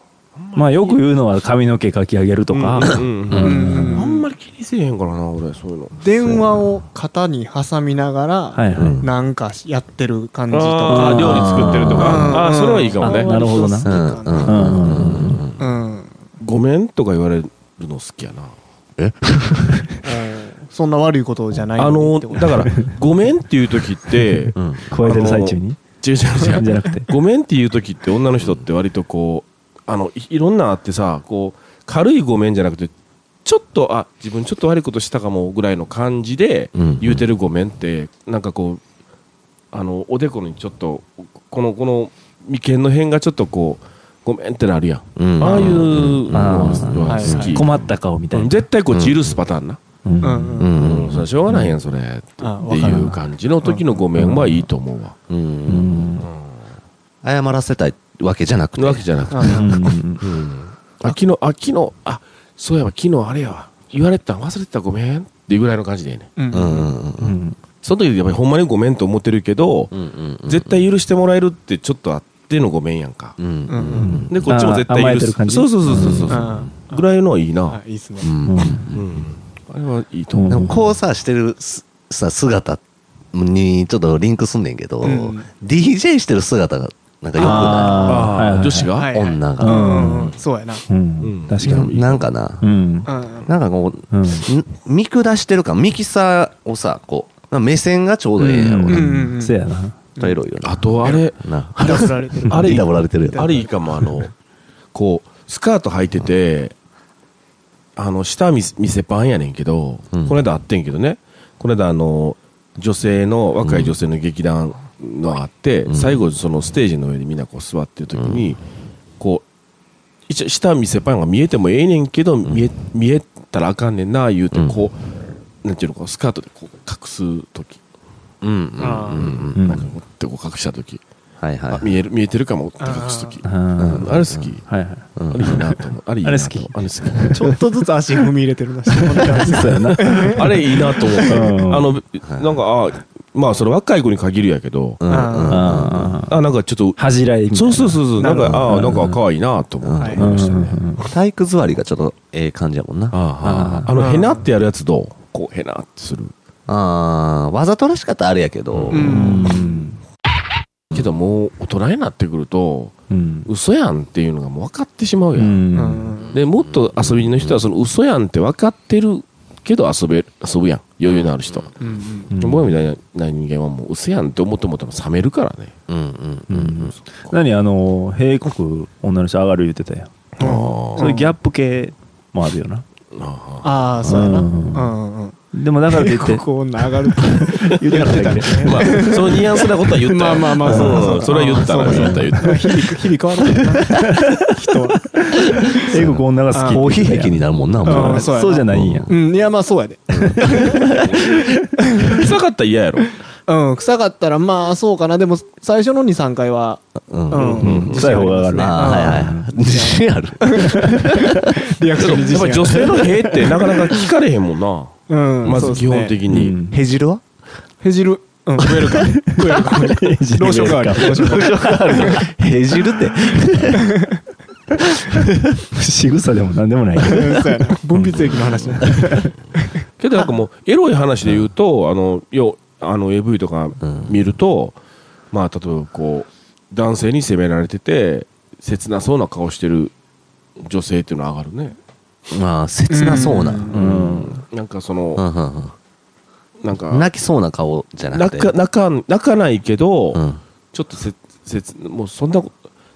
S3: まあよく言うのは髪の毛かき上げるとか、
S2: うんうん
S4: うん
S2: あんまり気にせえへんからな、俺、そういうの。
S4: 電話を肩に挟みなが
S3: は
S4: ら
S3: いはい、
S4: なんかやってる感じと
S2: あ
S4: か
S2: あ、料理作ってるとか。あ
S4: う
S2: あ、
S4: ん
S2: それはいいかも
S3: あ
S2: ね。
S3: なるほどな
S1: うんう。
S3: うんんうんうん
S4: うん
S2: ごめんとか言われるの好きやな。
S4: そんな悪いことじゃない
S2: あ
S4: に
S2: の、
S4: ってこと
S2: だから、ごめんっていう時 [LAUGHS] って、
S3: 加えてる最中に
S2: 違う違う違う
S3: じゃなくて
S2: ごめんっていう時って女の人って割とこうあのいいろんなあってさこう軽いごめんじゃなくてちょっとあ自分ちょっと悪いことしたかもぐらいの感じで
S1: うん
S2: 言うてるごめんってなんかこうあのおでこにちょっとこのこの眉間の辺がちょっとこうごめんってなるやん。
S1: うん
S2: ああいうの
S3: あ
S2: は
S4: ー
S2: 好き。
S3: 困った顔みたい
S2: うん
S3: な。
S2: 絶対こっち許すパターンな。
S3: うん
S4: う
S1: うん
S2: うんん、それはしょうがないやん、それ。って
S4: あわかる
S2: いう感じの時のごめんはいいと思うわ。
S1: うんう
S3: うんん
S1: 謝らせたいわけじゃなくて
S2: わけじゃなくて。
S4: うん
S3: う
S4: うん
S3: ん
S2: あ、昨日、あ、昨日、あ、そうやわ、昨日あれやわ。言われてたん忘れてた、ごめん。っていうぐらいの感じでいいね。
S4: うん
S1: うんうんうん
S3: うん
S2: その時やっぱりほんまにごめんと思ってるけど、
S1: うんうんうん
S2: 絶対許してもらえるってちょっとあってのごめんやんか。
S1: うん
S4: う
S1: うんん
S3: うん
S2: で、こっちも絶
S3: あー甘
S2: 対
S3: え
S2: 許
S3: て
S2: す
S3: る。感じ
S2: そうそうそうそうそう。
S4: うん
S2: ぐらいのはいい
S4: あ
S2: な。
S4: いいっすね
S1: うん
S2: うん。あれはいいと思う。
S1: でもこうさしてるすさ姿にちょっとリンクすんねんけど、
S4: うん
S1: DJ してる姿がなんかよくな
S3: あーはいはいはい
S2: 女子が、
S4: はい
S1: 女
S4: う
S1: が、
S4: んうんそうやな
S3: うん確かに。
S1: なんかな、
S3: うん
S4: うん
S1: なんかこう、
S3: うん
S1: ん見下してるかミキサーをさこう目線がちょうどええんやろう
S4: うん
S1: な、
S4: うんうん
S3: せや
S1: ち
S3: な。
S1: ょっとエロいよな
S2: あとあれ、
S1: な
S4: 出されてる
S1: あれダブられてるや
S2: あれいいかも、あの、こう、スカート履いてて、あの、下見せ見せパンやねんけど、
S1: うん
S2: この間あってんけどね、この間あの、女性の、若い女性の劇団があって、
S1: うん
S2: 最後そのステージの上でみんなこう座ってる時に、こう、一応下見せパンが見えてもええねんけど、見え、見えたらあかんねんな、言うて、こう、なんていうのか、スカートでこう隠す時、
S1: うんうんうん
S4: あー
S1: うん
S3: うん
S2: なんかこうってこう隠した時、
S1: はいはい
S2: あ見える、見えてるかもって隠す時、
S3: あ
S2: うん
S3: ー
S2: あれ好き。
S3: はいはい。
S1: うん
S2: あれいいなと思う。あれいいなと思うあれ好
S4: [LAUGHS] ちょっとずつ足踏み入れてるな
S3: そうやな。
S2: [LAUGHS] き。あれいいなと思
S3: うん
S2: う。あの、なんか、あまあ、それ若い子に限るやけど、
S1: うんうんうん
S3: あー
S2: あ、なんかちょっと、
S3: 恥じらいみたいな。
S2: そうそうそうそう、なんか、
S3: なるほど
S2: ああ、なんか可愛いなと思って思いましたね。
S3: ん
S1: 体育座りがちょっとええ感じやもんな
S2: ああ、あ
S4: う
S2: の、
S4: ん
S2: へなってやるやつどうこう、へなってする。
S1: あーわざとらしかったらあれやけど、
S4: う
S3: う
S4: ん
S3: ん
S2: けどもう、大人になってくると、
S3: うん
S2: 嘘やんっていうのがもう分かってしまう
S3: う
S2: やん。
S3: ん
S2: で、もっと遊びの人は、その嘘やんって分かってるけど遊べ、遊ぶやん。余裕のある人は。僕みたいな人間はもう嘘やんって思ってもっても冷めるからね。
S1: うんうん
S3: うんうん何あの閉国女の人上がる言ってたやん
S2: あ
S3: そういうギャップ系もあるよな
S2: あ
S4: ああそうやな
S3: う
S4: うんんうん
S3: でもだからといって
S4: ここ女上がるって言ってたね
S2: まあ、そのニュアンスなことは言ったよ。
S4: まあまあまあそうかそううんか
S2: それは言った
S4: そ
S2: ら、
S4: う
S2: 言
S4: かそ
S2: った、
S4: う
S2: 言っ
S4: か
S2: た。
S4: 日々日々変わらないな人は
S3: 英国女が好き
S1: コーヒー壁になるもんな、
S4: うん
S1: もう
S4: あそうやな
S3: そうじゃないんや
S4: うんいやまあそうやで
S2: 臭かったら嫌やろ。
S4: うん臭かったらまあそうかなでも最初の23回は
S1: うん
S4: うん
S3: 臭い方が上がる
S1: あーはいはい自 [LAUGHS] 信ある
S4: リアクションに
S2: や
S4: 自
S2: っ
S4: 信
S2: ぱり
S4: ある
S2: 女性の兵ってなかなか聞かれへんもん
S4: う
S2: な。
S4: ん
S2: ま
S4: そう
S2: ず
S4: っす
S2: 基
S4: ね
S2: 本的に。
S1: ヘジルは
S4: へじるうん食えるか食えるかローション代わりローション代わり
S1: ヘジルって
S3: 仕草でも何でもないけど
S4: うんそうやな分泌液の話ね
S2: けどなんかもう、エロい話で言うと、あの、よ、あの、AV とか見ると、まあ、例えばこう、男性に責められてて、切なそうな顔してる女性っていうのは上がるね。
S1: まあ切なそうな、
S4: うん
S2: うん。なんかそ
S1: うん
S2: の、
S1: うんうん
S2: なんか、
S1: 泣きそうな顔じゃなく
S2: 泣
S1: て
S2: か泣かん泣かないけど、
S1: うん
S2: ちょっとせせつもうそんな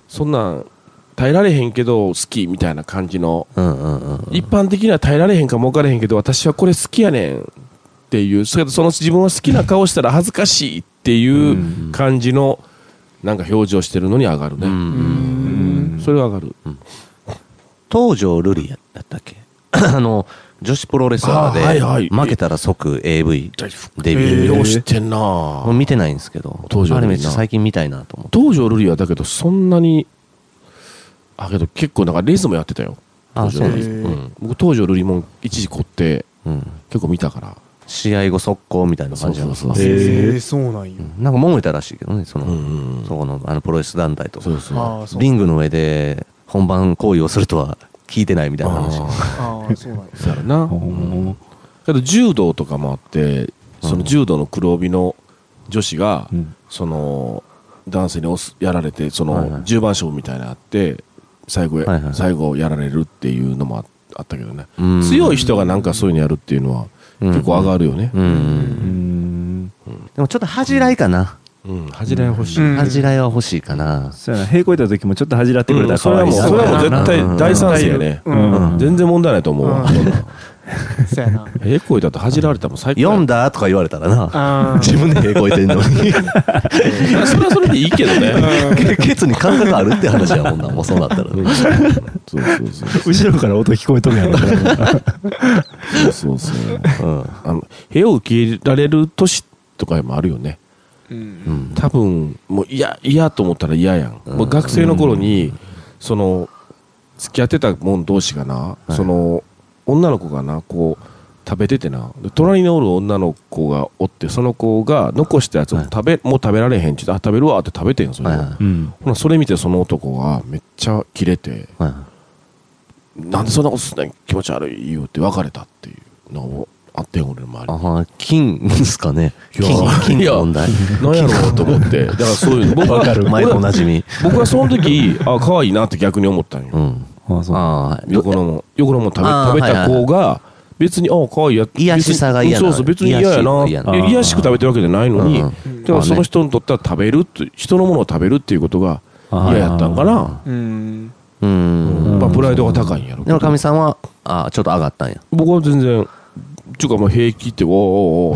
S2: そんなん耐えられへんけど好きみたいな感じの、
S1: うんうんうん
S2: 一般的には耐えられへんかも分からへんけど私はこれ好きやねんっていうそれその自分は好きな顔したら恥ずかしいっていう感じの、なんか表情してるのに上がるね、それは上がる、
S1: 東条瑠璃やったっけ [LAUGHS] あの女子プロレスラーで、
S2: あはいはい
S1: 負けたら即 AV デビューみたい
S2: ええよ
S1: な
S2: う知ってん
S1: もう
S2: な
S1: 見てないんですけど
S2: 東条瑠璃な
S1: あれめっちゃ最近見たいなと思って
S2: 東條瑠璃はだけどそんなにあけど結構なんかレースもやってたよ
S1: あそうなんです
S4: へえ
S2: うん、僕東条瑠璃も一時凝って
S1: うん
S2: 結構見たから
S1: 試合後速攻みたいな感じなんです
S2: そうそう
S3: そうへー
S4: えそうなんよ
S1: なんか揉めたらしいけどねその、
S2: うんうん
S1: そこのあのプロレス団体と
S2: そうそう
S4: ああそう
S1: リングの上で本番行為をするとは聞いてないみたいな話
S2: あ
S4: ああそうなんよ
S2: あそうやろな
S3: うん
S2: けど柔道とかもあってその柔道の黒帯の女子が、
S3: うん
S2: その男性に押すやられてそ
S1: はいは
S2: の
S1: い
S2: 十番勝負みたいなのあって最後,、
S1: はいはい
S2: 最後やられるっていうのもああったけどね
S1: うん
S2: 強い人がなんかそういうのやるっていうのは
S1: うん
S2: 結構上がるよね
S1: うん、
S3: うん
S1: でもちょっと恥じらいかな、
S2: うん恥じらい欲しい、
S4: うん
S1: 恥じらいは欲しいかな、
S3: そうやな平行いた時もちょっと恥じらってくれたら
S2: そ
S3: 可
S2: れは
S3: 愛い
S2: もう
S3: な
S2: それはもう絶
S1: う
S2: 対
S1: ん
S2: 大賛成やね、
S4: うん
S3: うん
S2: 全然問題ないと思うわ、
S4: うん
S2: そんなん
S4: そうやな。
S2: [LAUGHS] ええ声だと恥じられたらもう最高や
S1: 読んだとか言われたらな、
S4: あ
S1: 自分で屁こいてんの
S4: [LAUGHS]
S1: に。
S2: いやそれはそれでいいけ
S1: [LAUGHS]
S2: どね
S1: ケケツに感覚あるって話やもんな、もうそうなったら。
S2: うんそうそうそう
S3: 後ろから音聞こえとるやろ。
S2: そうそうそう
S1: うん。
S2: あの部屋を受け入れられる年とかもあるよね
S4: う。
S1: うんん。
S2: 多分もう嫌嫌と思ったら嫌やん、
S1: うん
S2: もう学生の頃に、その付き合ってた者同士がな、
S1: い
S2: その女の子がなこう食べててなで隣におる女の子がおってその子が残したやつを
S1: はい
S2: 食べ、もう食べられへんちゅうてあ食べるわって食べてんそれを、
S1: はいは
S3: うん。
S2: ほなそれ見てその男がめっちゃキレて
S1: い。はい
S2: なんでそんなことすんねん気持ち悪い言うて別れたっていうのをあってん俺の周り
S1: あは、金ですかね。金
S2: いや、
S1: 金
S2: いや
S1: の問題。
S2: なんやろうと思ってだからそういう僕
S1: [LAUGHS]
S2: は
S1: わかる、前
S2: 俺
S1: で
S2: は
S1: おなじみ。
S2: 僕はその時 [LAUGHS] あ可愛いなって逆に思ったん
S1: う
S2: よ
S1: ん。
S3: ああ、そう。
S1: ああ、
S2: 横のも横のも食べ
S1: あー
S2: 食べた子が別にあ可愛いや
S1: 癒やしさが嫌な
S2: 別にそうそう別に嫌やな
S1: 癒やし嫌
S3: な
S2: 癒やしく食べてるわけじゃないのに、
S1: うん
S4: うん
S2: でもその人にとっては食べるって人のものを食べるっていうことが嫌やったんかな、
S4: うん。
S1: うん。
S2: まあ、プライドが高いんやろうけ
S1: で
S2: ど
S1: も、かみさんは、ああ、ちょっと上がったんや。
S2: 僕は全然ちゅうかもう平気っておーおー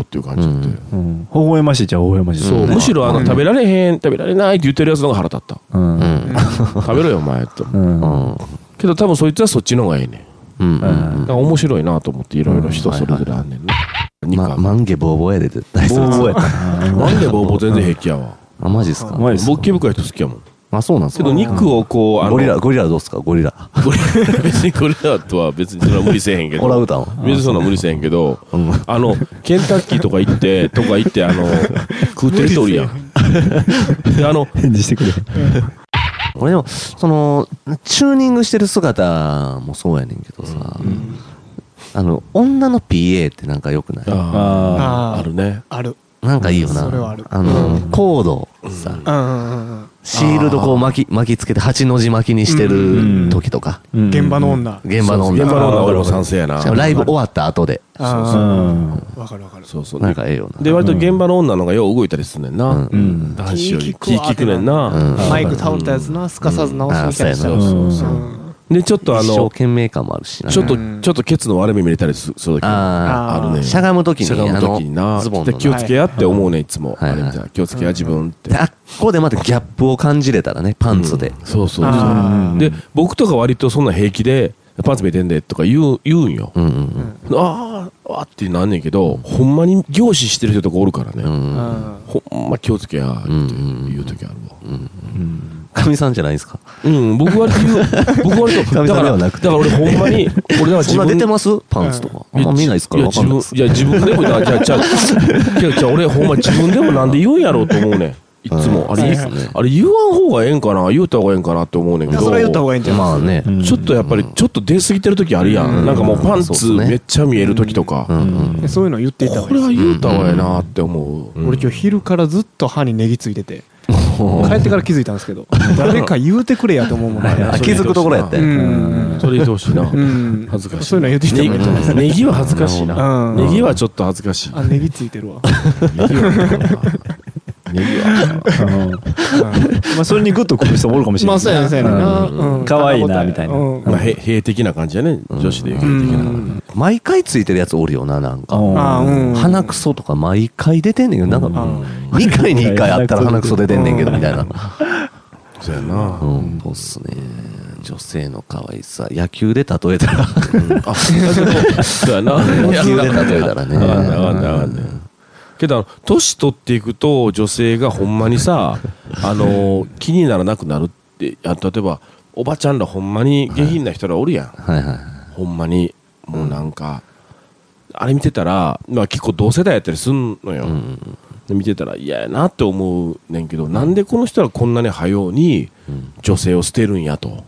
S2: おーっていう感じだって、
S3: うん。微笑ましいっちゃ微笑ましい。
S2: そうむしろあの、
S4: うん
S2: 食べられへん食べられないって言ってるやつの方が腹立った
S3: う。
S1: うんん。
S2: 食べろよお前と
S1: う
S3: う。
S1: んん。
S2: けど多分そいつはそっちの方がいいねん
S1: うん。うん
S2: だから面白いなと思っていろいろ人それぞれあんねんね。肉
S1: ま、
S2: は
S1: まんげぼうぼうやで、絶対。
S3: ボー
S1: [LAUGHS]
S3: ボーやったな。
S2: なんでボーボー全然平気や [LAUGHS] わ。
S1: あ、マジっす
S3: う
S1: か
S3: まいっす
S2: ボッケ深い人好きやもん。
S1: あ、そうなんす
S2: け
S1: か
S2: ど肉をこう、あの
S1: ゴリラ、ゴリラどうっすかゴリラ。
S2: ゴリラ [LAUGHS] 別にゴリラとは別にそれは無理せえへんけど。
S1: オラウータンは
S2: 別にそんな無理せえへんけど、
S1: うん。
S2: あの、ケンタッキーとか行 [LAUGHS] って、とか行って、あの、食うてる人おるやん。であの、
S3: 返事してくれ。
S1: 俺でも、その、チューニングしてる姿もそうやねんけどさ、あの、女の PA ってなんか良くない
S2: あ
S3: あ
S2: ーあるね。
S4: ある。
S1: なんかいいよな。
S4: それはある
S1: の、
S4: うん
S1: コードをさ、
S4: うんうんうん
S1: シールドこう巻き、巻きつけて、八の字巻きにしてる時とか、
S3: あ。
S4: うん。現場の。女。
S1: 現場の
S2: 現
S1: 女
S2: 場の女俺も賛成やな
S1: し。かもライブ終わった後で、
S3: う
S4: あ
S3: ん。
S4: あ。わかるわかる。
S2: そうそう。
S1: なんかええよな。
S2: で、割と現場の女の方がよう動いたりすんねんな。
S1: うん
S3: うん。
S2: 男子より
S4: 気
S2: 気
S4: ぃ利
S2: 利
S4: く
S2: く
S4: わ
S2: ねんな。
S1: うん
S4: マイク倒れたやつな、すかさず直すみたいな。
S1: うんあそう
S2: やな
S4: うん
S3: そうそう
S2: で、ちょっとあ
S1: 一生
S2: の、
S1: 懸命感もあるしな。
S2: ちょっと、
S4: うん
S2: ちょっとケツの割れ目見れたりする時も
S1: あ
S2: あ
S4: ー
S2: るね。
S1: しゃがむ時に
S2: しゃがむ時に
S1: あ
S2: な。
S1: のズボンの
S2: で気をつけやって思うね、いつも。
S1: はい
S2: あれみたいな。気をつけや、自分って
S1: で。あっこでまたギャップを感じれたらね、パンツで。
S2: うんそうそうそ
S4: あ
S2: う。で、僕とか割とそんな平気で、パンツ見てんでとか言う、言うんよ。
S1: うんうん
S2: あーあーってなんねんけど、ほんまに凝視してる人とかおるから
S1: うん。う
S2: ね。
S4: あ。うんん
S2: ほんま気をつけや、って言う時あるわ。
S1: かみさんじゃないですか。
S2: うん、僕割と言う、
S1: [LAUGHS]
S2: 僕
S1: 神
S2: 割と、だか
S1: 様で
S2: ら、
S1: は
S2: だ
S1: なくて
S2: から俺ほんまに、俺だから
S1: そ
S2: 自
S1: んな出
S2: 分
S1: てますパンツとか。あんま見ないですから、
S2: や
S1: わかんないです
S2: 自。分いや自分でもなじゃあじゃあじゃあじゃあ俺ほんま自分でもなんで言うんやろうと思うねんいつも
S1: うん
S2: あれ
S1: そうですね
S2: あれ言わん方がええんかな言うた方がええんかなって思うね
S4: い
S2: んけ
S4: や
S2: ど
S4: それは言った方がいいんじゃない
S1: まあね。
S2: ちょっとやっぱりちょっと出過ぎてる時あるやん、
S1: うん
S2: なんかもうパン
S1: そうっ
S2: ツ
S1: すね
S2: めっちゃ見える時とか、
S1: うんうん。
S4: でそういうの言っていた方
S2: こ
S4: がい
S2: れ
S4: いで
S2: は
S4: す。
S2: 言うた方がええなって思う、
S4: 俺今日昼からずっと歯にネギついてて、帰ってから気づいたんですけ日誰か言うてくれやと思うもん
S1: [LAUGHS]
S4: ね。
S1: あ気づくところやった
S4: う
S1: よ
S4: ん。
S2: それ言ってほしいな、
S4: うん。
S2: 恥ずかしい
S4: そういうの言ってきた方がいいんじゃないです
S2: ネギネギは恥ずかしいな、
S4: うん
S2: ネギはちょっと恥ず
S1: [LAUGHS]
S2: かしい、
S4: か。あ、ネギついてるわ。
S2: ネギはネギは
S3: まあ、それにグッとくる人もおるかもしれ
S4: ま
S3: な
S4: あ
S3: い。
S4: そうやねそうやねんな。うん
S3: 可愛いなみたいな
S4: うん
S2: まあ、へ兵的な感じやね女子でいう兵的な、
S1: 毎回ついてるやつおるよな、なんか。
S4: あうん
S1: 鼻くそとか毎回出てんねんけど、なんか、2回に1回あったら鼻くそ出てんねんけど、みたいな。
S2: そうやな、
S1: うん、そうっすね。女性の可愛さ。野球で例えたら。
S2: あ、そうやな。
S1: 野球で例えたらね
S2: わかんないわかんないわかんない。けど、あの年取っていくと、女性がほんま
S1: [LAUGHS]
S2: にさ、あの、気にならなくなるって、あ例えば、おばちゃんらほんまに下品な人らおるやん。
S1: はいはい。
S2: ほんまに。もうなんか、あれ見てたら、まあ結構同世代やったりすんのよ。で見てたら嫌やなって思うねんけど、なんでこの人らこんなに早うに女性を捨てるんやと。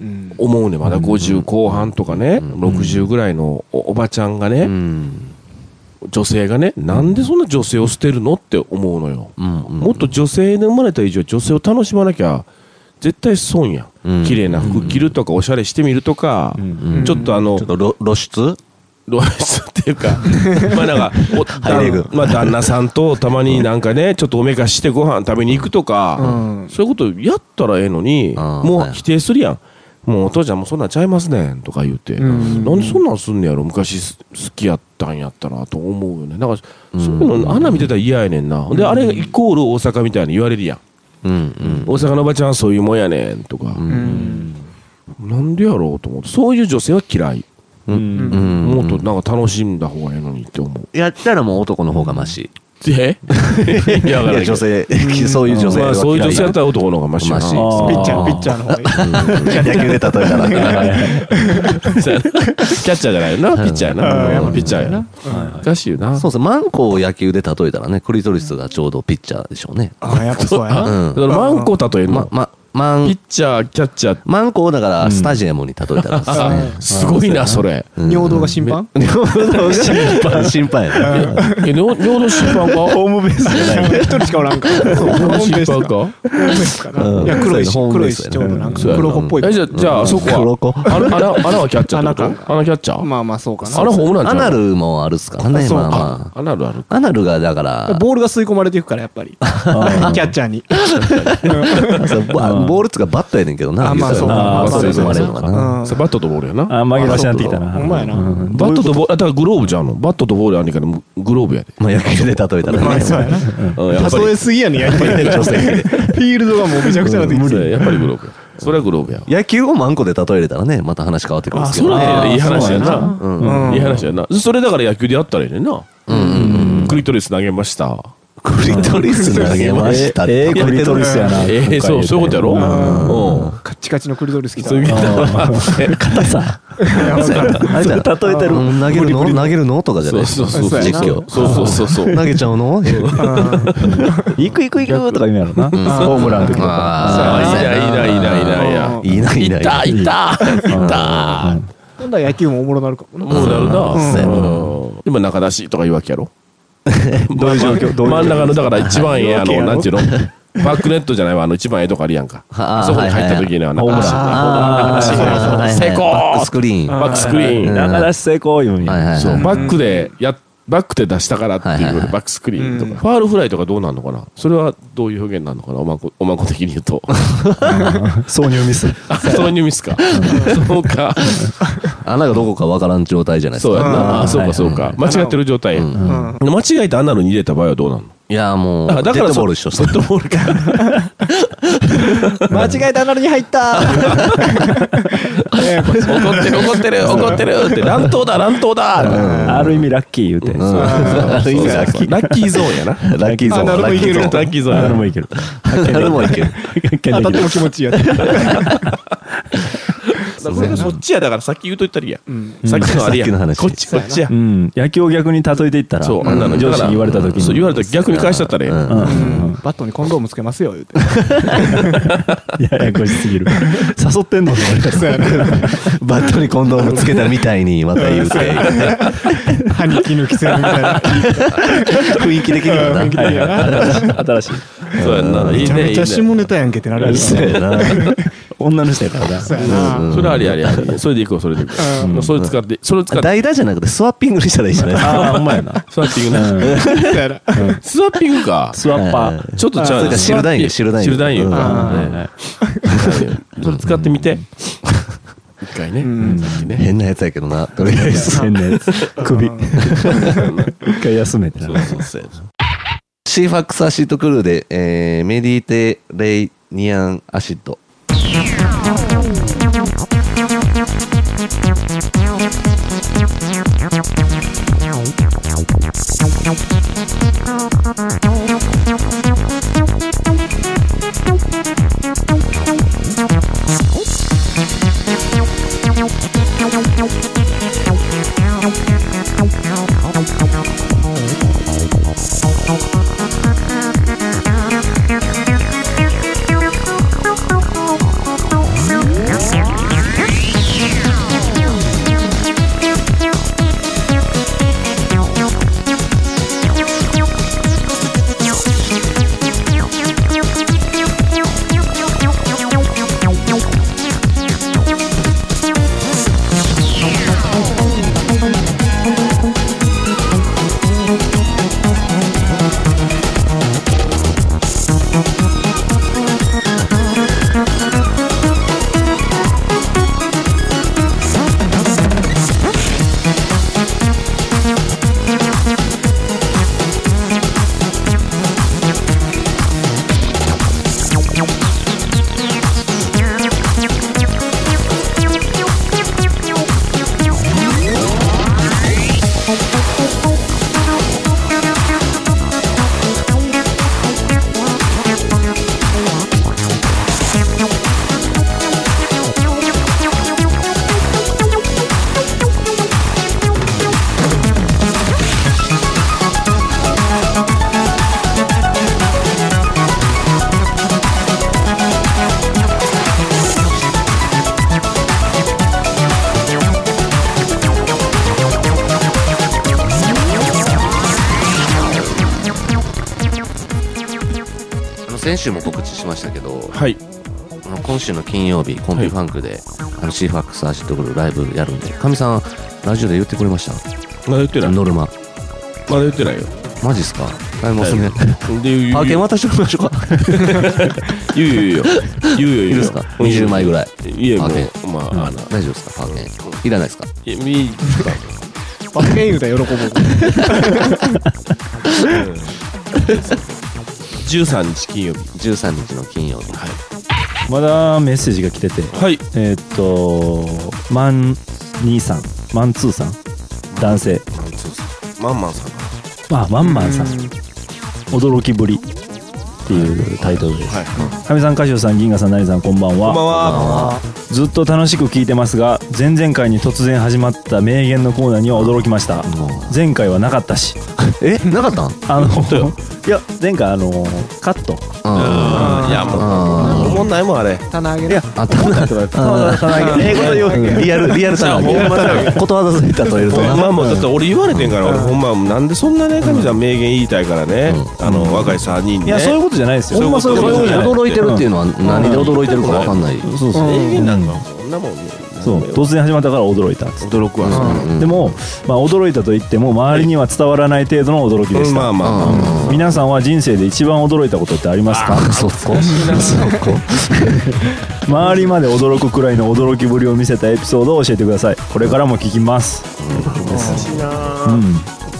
S4: うん
S2: 思うねまだ50後半とかね、60ぐらいのおおばちゃんがね、
S1: うん。
S2: 女性がねなんでそんな女性を捨てるのって思うのよ、
S1: うんうん
S2: もっと女性で生まれた以上女性を楽しまなきゃ絶対損やん、
S1: うん
S2: 綺麗な服着るとかおしゃれしてみるとか、ちょっとあの
S1: ちょっと露露出
S2: 露出ってい
S1: [LAUGHS]
S2: うかまあなんかお
S1: ハイレグ
S2: 旦,、まあ、旦那さんとたまになんかねちょっとおめかししてご飯食べに行くとか、
S4: うん
S2: そういうことやったらええのに
S1: あー
S2: も
S1: は
S2: う
S1: い
S2: 否定するやんもうお父ちゃんもうそんなんちゃいますねんとか言って、
S4: うん
S2: なんでそんなんすんねやろ昔す好きやったんやったらと思うよねだからそううんいうの花見てたら嫌やねんな、であれイコール大阪みたいに言われるやん、
S1: うん
S2: 大阪のおばちゃんはそういうもんやねんとか、
S4: うん
S2: なんでやろうと思ってそういう女性は嫌い、
S1: うん
S3: うん
S1: うんうん
S2: もっとなんか楽しんだ方がええのにっ
S1: [LAUGHS]
S2: て思う
S1: やったらもう男の方がマシ
S2: えい
S1: い
S2: やわからんけど
S1: 女性そういう女性
S2: [LAUGHS] まあ、
S1: は
S2: そういう女性やったら男の方がマシやな
S1: マシ
S2: あー
S4: ピッチャ
S3: あー
S4: ーピッチャーの方がいい
S1: 野球で例えたら
S2: キャッチャーじゃないよな、ピッチャー
S4: うん
S2: や
S4: やっ
S2: な。
S4: ぱ
S2: ピッチャーやな。おかしいよな。
S1: そうそうマンコを野球で例えたらねクリトリスがちょうどピッチャーでしょうね
S4: ああやっぱそうや
S2: だ
S4: な
S1: うん
S2: からマンコ例える
S1: ま
S2: の。
S1: まマ
S2: ピ
S1: ン
S2: ッチャー、キャッチャー。
S1: マンコをだからスタジアムに例えたらですね
S4: あ
S2: すごいな、それ。
S1: うん
S4: 尿道が審判
S1: 心配心配やね
S2: え、尿尿道審判かホームベースじゃ
S4: 一人しかおらんから
S2: [LAUGHS]
S4: ホームベー
S2: 審
S4: スか
S2: 判
S4: ホ
S2: か
S4: ームベースか
S1: う
S4: なんいや黒いし
S1: そうやな
S4: 黒いしちょうどなんか黒子っぽい
S2: え、じゃあ、じゃあ、そこ
S1: 黒子
S2: は。穴、穴穴はキャッチャーって
S4: 穴
S2: こと
S4: か
S2: 穴キャッチャー
S4: まあまあそうかな
S2: 穴ホームランちゃ
S1: ア
S2: う
S1: ナルもあるっすからね
S4: そう
S1: まあ
S2: あ
S1: ま、
S2: アナルある。
S1: あアナルがだから
S4: ボールが吸い込まれていくからやっぱりキャッチャーに
S1: そうボボールっつうかバットやねんけどな
S4: あまあそうか
S1: バ
S3: あー
S1: ットで生まれるの
S4: そう
S1: か
S4: か
S1: な
S4: うん
S2: さバットとボールやな。
S3: あ
S2: バ
S3: 紛らわしなってきたな
S4: ほんまやな
S3: うん
S2: ットとボール、あ、だからグローブじゃんの。バットとボールあんねんから、グローブやで。
S1: まあ野球で例えたらね
S4: まあそうやな
S2: うんやっぱり
S4: 例えすぎやねやっぱりフィールドがもうめちゃくちゃなってきて
S2: そうややっぱりグローブや。それはグローブや。
S1: 野球をマンコで例えれたらねまた話変わってくるんですけ
S2: そ
S1: ど
S2: れ
S3: あー
S2: いい話やな。
S1: うん
S4: うん
S2: いい話やな。それだから野球でやったらいいねんな。クリトリス投げました。
S1: クリトリス投げました
S3: ええクリトリスやな。
S2: ええ、そう、そういうことやろうん。
S4: カッチカチのクリドルスきた
S2: そういうこと
S3: 硬さ。
S4: やばかった
S1: あれじゃん
S3: 例えてる
S1: うん投げるの投げるのとかじゃ
S2: そ
S1: ないう
S2: そうそう。
S4: そうや
S1: 実
S4: な
S1: 況
S2: そうそうそうそう。
S1: 投げちゃうの
S3: 行く行く行くとか言うやろな。ホームランの時と
S1: あ
S3: か。
S2: ああ、いいな、いいな、いいな、いいな、いいな。
S1: いないいない
S2: いた、いた、いた。
S4: 今度は野球もおもろなるかもな
S2: もうなる
S1: そうやな
S2: な。今、中出しとか言うわけやろ。どういう状況
S3: どういう状況
S2: 真ん中の、だから一番ええ、あ
S4: どうい
S2: の、
S4: う
S2: なん
S4: わけ
S2: ていうのバックネットじゃないわ、あの、一番ええとこあるやんか。
S1: あー
S2: あそこに入った時には、
S3: はいはい
S2: 中出し
S1: あー
S2: あー
S1: はいはい
S2: 成功
S1: バックスクリーン
S2: バックスクリーン。
S3: 中出し成功言うん
S1: はいはい
S3: や。
S2: そう、バックで、や、バックで出したからって
S1: はいいうは
S2: の
S1: いは
S2: で、
S1: い
S2: バックスクリーンと
S4: うん
S2: か、ファールフライとかどうなんのかなそれはどういう表現なのかなおまこ、おまこ的に言
S1: [LAUGHS]
S2: うと。
S3: 挿入ミス。
S2: あ、そういうミスか。そうか。
S1: 穴がどこかわからん状態じゃないです
S2: そうや
S1: か
S2: んな。
S3: う
S2: あ、
S3: ん
S2: そうか、そうか。間違ってる状態や
S1: うん
S4: う
S2: 間
S4: ん
S2: 違えてアナルに入れた場合はどうなの
S1: いやもうデ
S2: あ
S1: ッ
S2: だから
S1: ド
S2: そ
S1: ボール一緒
S2: デッドボールか。
S4: 間違えたなるに入った
S2: 怒ってる、怒ってる、怒ってるって、乱闘だ、乱闘だ
S3: ある意味ラッキー言うて。
S1: うんある意味ラッキー
S2: ラッキーゾーンやな。
S1: ラッキーゾーン
S4: あなる
S1: ラ
S4: ほど
S1: ッキーゾ
S4: いける
S1: ー
S2: ラッキーゾーンや
S3: 誰
S2: な。
S3: もいける。
S1: ンなるもいける
S4: 当たっても気持ちいいやつ
S2: だからこれがそっちや、だからさっき言うといたりや。
S4: うん
S2: さっきのあれや。
S1: さっきの話
S2: こっち、こっちや
S3: う。ん。野球を逆に例えていったら、
S2: そう、あんなの。
S3: 上司に言われた時
S2: そう、言
S3: に。
S2: われたら逆に返しちゃったらええやん
S1: うん
S4: バットにコンドームつけますよ言うて
S3: ややこしすぎる。誘ってんの
S4: そうやな
S1: バットにコンドームつけたみたいにまた言うて
S4: [LAUGHS] 歯に気抜きせるみたい [LAUGHS] な
S1: 雰囲気的にもな
S4: 雰囲気的に [LAUGHS] はな
S3: 新しい。
S2: そうやんな。い
S4: め
S2: いね。
S4: ちゃめちゃ
S2: いいね
S4: 下ネタやんけってなるやつ
S1: そうやな
S3: 女の人やからな。
S4: そうやな
S2: それありありあり。それでいこう、それでいこう。もうそれ使って、それ使って、
S1: 代打じゃなくてスワッピングにしたらいいじゃないですか
S3: ああ、ほんまやな。
S2: スワッピングな。
S4: そう [LAUGHS] やな
S2: スワッピングか。
S3: スワッパー。
S2: ちょっとちゃ
S1: そうれかシルダインよシルダイン
S2: シルダインよ
S1: うん
S2: はい
S3: はいはい
S2: [LAUGHS] それ使ってみて。一回ね。さっきね。
S1: 変なやつやけどなとりあえず
S3: 変なやつ。首。一回休めてな。
S1: シーファックスアシッドクルーで、えーメディテレイニアンアシッド
S5: 「
S1: 先週も告知しましたけど、
S2: はい。
S1: あの今週の金曜日、コンビファンクで、あのシーファックス走ってくるライブやるんで、かみさん、ラジオで言ってくれまし
S2: まだ言って
S1: た
S2: ない。ま
S1: ノルマ。
S2: だ言ってないよ。
S1: マジっすかあもうその辺、
S2: で、言う
S1: パーケン
S2: よ。
S1: 渡しておきましょうか。
S2: 言うよ。言うよ。言うよ。
S1: いるっすか ?20 枚ぐらい。
S2: いや、も
S1: パー
S2: う、まあ、あの、
S1: [LAUGHS] 大丈夫ですかパーケン。いらないですか
S2: いやみ
S4: バッケン言うたら喜ぶ。
S2: 13日金曜日。
S1: ?13 日の金曜日。はい。
S3: まだメッセージが来てて
S2: はい。
S3: えーっとマン兄さんマンツーさん男性
S2: マンマンさんか
S3: あワンマンさん驚きぶりっていうタイトルです、
S2: はい。こ
S3: かみさん、かしおさん、銀河さん、なりさん、こんばんは。
S2: んばんは。
S3: ずっと楽しく聞いてますが、前々回に突然始まった名言のコーナーには驚きました。前回はなかったし、
S1: えなかったん
S3: あの、 [LAUGHS] いや、前回、あの、カット。
S2: うん。いや、もう、
S1: あ
S2: 問題もあれ。
S4: 棚上げ
S3: い
S4: な
S3: や
S1: あたな英語のようリアルリアルさ
S2: ほんまだよ
S1: ことわざついたといるとな
S2: まあもうだって俺言われてんから、俺ほんまなんでそんなね神さん名言言いたいからね、あの若い3人に、ね、
S3: いや、そういうことじゃないですよ。
S2: ほんまそういうこと
S3: じゃない
S1: 驚いてるっていうのは何で驚いてるかわかんない
S3: そうそう。
S2: 名言なんかそんなもんね
S3: そう突然始まったから驚いたんです
S2: 驚くわ、そんな
S3: でも、まあ、驚いたと言っても周りには伝わらない程度の驚きでし
S2: まあ
S3: た
S2: まあまあ、
S3: 皆さんは人生で一番驚いたことってありますか
S1: そこそこ [LAUGHS]
S3: 周りまで驚くくらいの驚きぶりを見せたエピソードを教えてくださいこれからも聞きますうん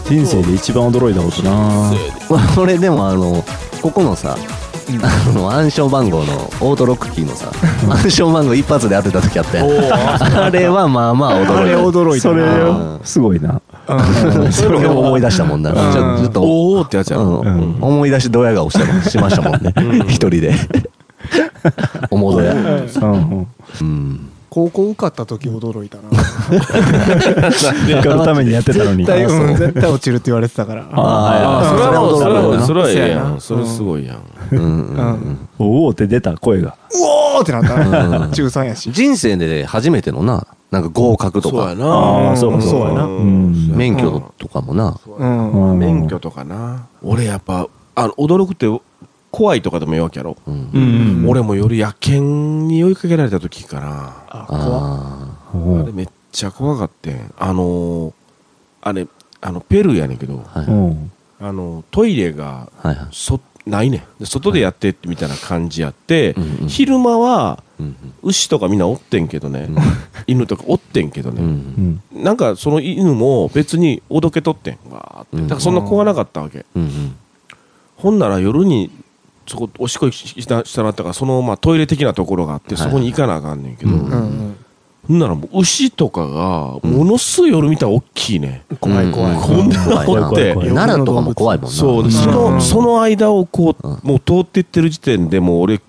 S3: 人生で一番驚いたことな
S1: 俺でもあのここのさあの暗証番号のオートロックキーのさ暗証番号一発で当てた時あったやんあれはまあまあ驚いた
S4: あれ驚いた
S3: そ
S4: な。
S3: れ
S1: うん
S3: すごいな
S1: [LAUGHS] それを思い出したもんなちょちょっと
S2: おおってやつやろ、
S1: うん思い出しドヤ顔してもしましたもんね一人 [LAUGHS] でおもどや
S3: うん
S1: うん
S4: 高校受かった時驚いたな。
S3: 受かるためにやってたのに
S4: 絶対、うん絶対落ちるって言われてたから。
S3: あ
S2: あそれはもうそれはもう
S1: そ
S2: それはええやん
S4: そ
S2: そう
S4: やな
S2: れすごいやん、
S1: うん
S4: うん
S3: ーおおって出た声が
S4: うおーってなったな。中3やし。
S1: 人生で初めてのななんか合格と
S2: そう
S1: か
S2: やな
S3: あーそうか
S4: そうやな
S3: うん
S1: 免許とかもな
S4: うん。
S3: うん
S2: 免許とかな俺やっぱあの驚くって怖いとかでもええわけやろ、
S1: うん
S4: うん
S2: 俺もより野犬に追いかけられた時かな
S4: あ、怖っ
S1: あ
S3: お
S2: あれ
S3: ー
S2: めっちゃ怖かってんあのーあれあのペルーやねんけど、
S1: あはい
S3: うん
S2: あのトイレが
S1: はいはい
S2: そないねんで外でやってみたいな感じやって、
S1: うんうん
S2: 昼間は
S1: うん
S2: 牛とかみんなおってんけどね、
S1: ん
S2: 犬とかおってんけど
S1: う
S2: ね、
S1: ん
S3: うん
S2: なんかその犬も別におどけとってんわーって
S1: うん
S2: だからそんな子がなかったわけ、
S1: うん
S2: ほんなら夜にそこおしっこしたしたらあったからそのまあトイレ的なところがあって
S1: はいは
S2: そ
S1: い
S2: こに行かなあかんねんけど、
S1: うん
S4: うんうん。
S2: ほんならもう牛とかがものすごい夜見たら大きいね、
S4: 怖い怖い。
S2: こんな
S1: 怖い
S2: の
S1: な
S2: おって
S1: 怖い奈良とかも怖いもんな
S2: そうでそ
S4: うん
S2: のその間をこう、
S1: うん
S2: もう通っていってる時点でもう俺ち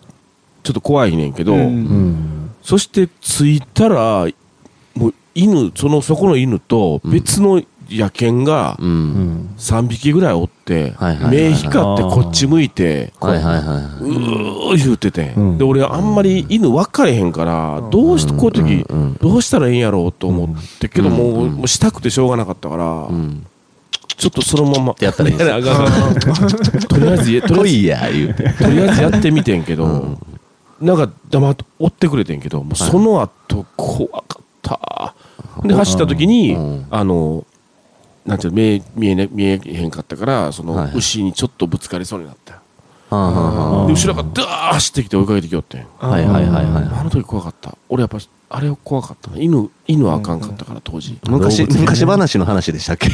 S2: ょっと怖いねんけど、
S4: う
S3: う
S4: ん
S3: ん
S2: そして着いたらもう犬そのそこの犬と別の野犬が
S1: う
S3: うん
S4: [LAUGHS]
S3: ん
S2: 3匹ぐらいおって、
S1: はいはいはいはい
S2: 目光ってこっち向いて、
S1: はいはいはいは
S2: うー言うてて、
S3: うん
S2: で俺あんまり犬分かれへんから、どうしてこういう時、
S1: うんうん
S2: どうしたらええんやろうと思ってけど、
S1: うん
S2: もう
S1: うん
S2: もうしたくてしょうがなかったから、
S1: いうん
S2: ちょっとそのまま
S1: やったらいいです
S2: [LAUGHS] やあかんあかんとりあえず
S1: 来
S2: とりあえず
S1: いや言うて
S2: とりあえずやってみてんけど、
S1: うん
S2: なんか黙って追ってくれてんけどもうその後怖かった、で走った時に、
S1: うん
S2: あのなんていうの見え見え,、ね、見えへんかったからそ
S1: はい
S2: の
S1: はい
S2: 牛にちょっとぶつかりそうになった、
S1: はあはあは
S3: うん
S2: で後ろからダーッ走ってきて追いかけてきよってん
S1: あはいはいはいは
S2: あの時怖かった俺やっぱあれは怖かったな犬犬はあかんかったから当時、
S1: い昔昔話の話でしたっけ